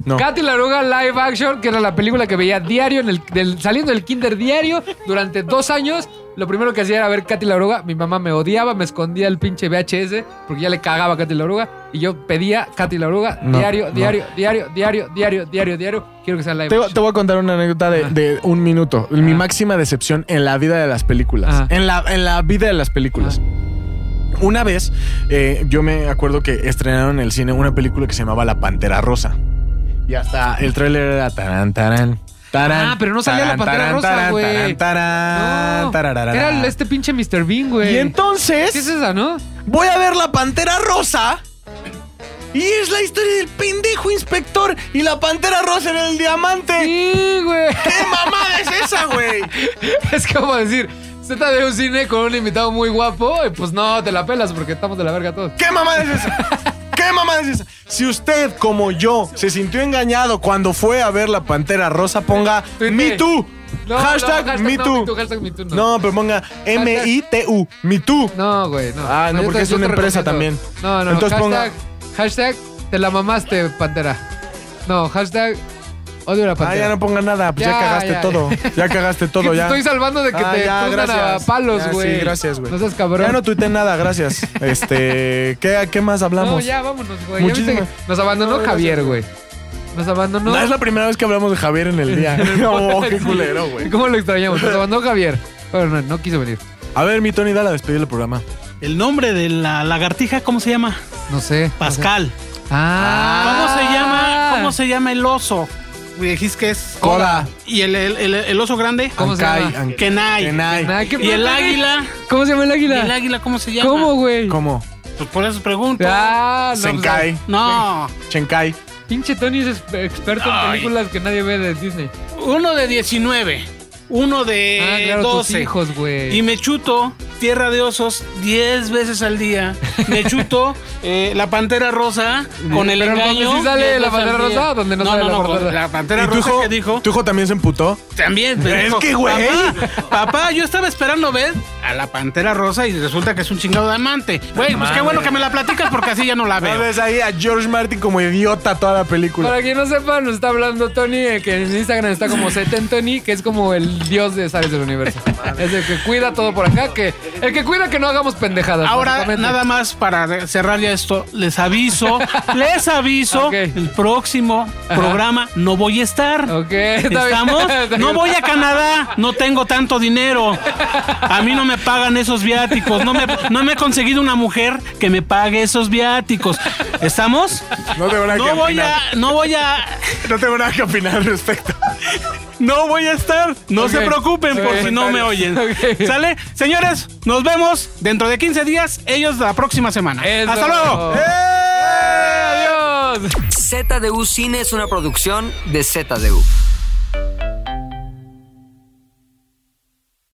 A: No.
B: Katy la oruga live action, que era la película que veía diario, en el, del- saliendo del kinder diario durante dos años. Lo primero que hacía era ver Katy la oruga. Mi mamá me odiaba, me escondía el pinche VHS porque ya le cagaba a Katy la oruga. Y yo pedía Katy la oruga
A: No,
B: diario,
A: no.
B: diario, diario, diario, diario, diario, diario. Quiero que sea live
A: Te,
B: action.
A: te voy a contar una anécdota de, de un minuto. Mi máxima decepción en la vida de las películas.
B: Ajá.
A: En, la, en la vida de las películas. Una vez, eh, yo me acuerdo que estrenaron en el cine una película que se llamaba La Pantera Rosa. Y hasta el tráiler era tarán, tarán, tarán.
B: Ah, pero no salía la
A: tarán,
B: Pantera
A: tarán,
B: Rosa,
A: tarán, tarán,
B: güey.
A: tarán,
B: No,
A: tarararán.
B: Era el- este pinche Mr. Bean, güey.
A: Y entonces
B: ¿Qué es esa, no?
A: voy a ver la Pantera Rosa. Y es la historia del pendejo inspector. Y la Pantera Rosa era el diamante.
B: Sí, güey. <laughs>
A: ¿Qué mamada es esa, güey?
B: Es como decir, Z de un cine con un invitado muy guapo, y pues no, te la pelas porque estamos de la verga todos.
A: ¿Qué mamada es esa? ¿Qué mamada es esa? Si usted, como yo, se sintió engañado cuando fue a ver la Pantera Rosa, ponga
B: Tuite.
A: Me Too.
B: No, no,
A: hashtag, Me
B: no,
A: Too.
B: Me Too, hashtag Me Too, no.
A: No, pero ponga M-I-T-U. Me Too.
B: No, güey, no.
A: Ah, no,
B: yo
A: porque
B: te-
A: es
B: yo
A: una
B: te
A: empresa
B: recomiendo.
A: también.
B: No, no,
A: Entonces
B: hashtag, hashtag, te la mamaste, Pantera. No, hashtag, odio a la
A: Ah,
B: Pantera.
A: ya no ponga nada, pues ya,
B: Ya,
A: cagaste
B: ya.
A: todo. Ya
B: <laughs>
A: cagaste
B: Que
A: todo,
B: te
A: ya.
B: estoy salvando de que
A: Ah,
B: te
A: ya,
B: tundan
A: gracias.
B: a palos,
A: Ya,
B: güey.
A: Sí, gracias, güey.
B: No seas cabrón.
A: Ya no tuité nada, gracias. Este, ¿qué, qué más hablamos?
B: No, ya, vámonos, güey. Ya viste
A: Muchísimas-
B: que Nos abandonó Javier, güey. Nos abandonó.
A: No, Ah, es la primera vez que hablamos de Javier en el
B: <laughs>
A: día. <laughs> No, qué culero, güey.
B: ¿Cómo lo extrañamos? Nos abandonó Javier. Pero no, no quiso venir.
A: A ver, mi Tony, dale a despedir el programa.
O: El nombre de la lagartija, ¿cómo se llama?
B: No sé.
O: Pascal.
B: Ah.
O: ¿Cómo se llama ¿Cómo se llama el oso? Me dijiste que es.
A: Coda.
O: ¿Y el, el- el- el oso grande?
B: ¿Cómo se Ankai, llama? Ankai.
O: Kenai.
A: Kenai. Kenai,
B: ¿qué
O: ¿Y el
B: pasa, güey?
O: águila?
B: ¿Cómo se llama el águila?
O: ¿El águila cómo se llama?
B: ¿Cómo, güey?
A: ¿Cómo?
O: Pues por eso pregunto.
B: Ah, no,
A: Senkai.
B: pues,
O: No.
A: Chenkai.
B: Pinche Tony es exper- experto en
O: Ay.
B: películas que nadie ve de Disney.
O: Uno de 19. Uno de
B: Ah, claro, tus
O: 12.
B: hijos, güey.
O: Eh, Y me chuto Tierra de Osos 10 veces al día.
B: <laughs>
O: Me chuto eh, La Pantera Rosa con el
B: Pero donde
O: engaño.
B: sí sale
O: 10 veces
B: la Pantera
O: al día.
B: Rosa, donde no
O: no
B: sale
O: no,
B: la
O: no,
B: portada.
O: con la Pantera
A: ¿Y tu
O: Rosa
A: hijo,
O: que dijo
A: tu hijo también se emputó?
O: también. pero
A: Es
O: dijo,
A: que, güey.
O: Papá, papá, yo estaba esperando ver a la Pantera Rosa y resulta que es un chingado de amante. Güey, pues qué
A: mames.
O: bueno que me la platicas porque así ya no la
A: No
O: veo.
A: ves ahí a George Martin como idiota toda la película.
B: Para quien no sepa, nos está hablando Tony, eh, que en Instagram está como Seten Tony, que es como el dios de Sales del Universo. es el que cuida todo por acá, que el que cuida que no hagamos pendejadas.
O: Ahora,
B: básicamente.
O: nada más para cerrar ya esto,
B: <laughs>
O: les aviso, les aviso, el próximo programa no voy a estar.
B: Ok, <laughs> está bien.
O: ¿Estamos?
B: Está
O: No
B: bien.
O: voy a Canadá, no tengo tanto dinero. A mí no me pagan esos viáticos, no me, no me he conseguido una mujer que me pague esos viáticos. ¿Estamos?
A: No te van a
O: No voy a, no voy a,
A: No tengo nada que opinar al respecto.
O: no voy a estar. No
B: Ok.
O: se preocupen por
B: Ok.
O: si no me oyen.
B: Ok.
O: ¿Sale? Señores, nos vemos dentro de 15 días, ellos la próxima semana.
B: Eso. Eh,
O: ¡Hasta luego!
B: ¡Adiós!
P: ZDU Cine es una producción de ZDU.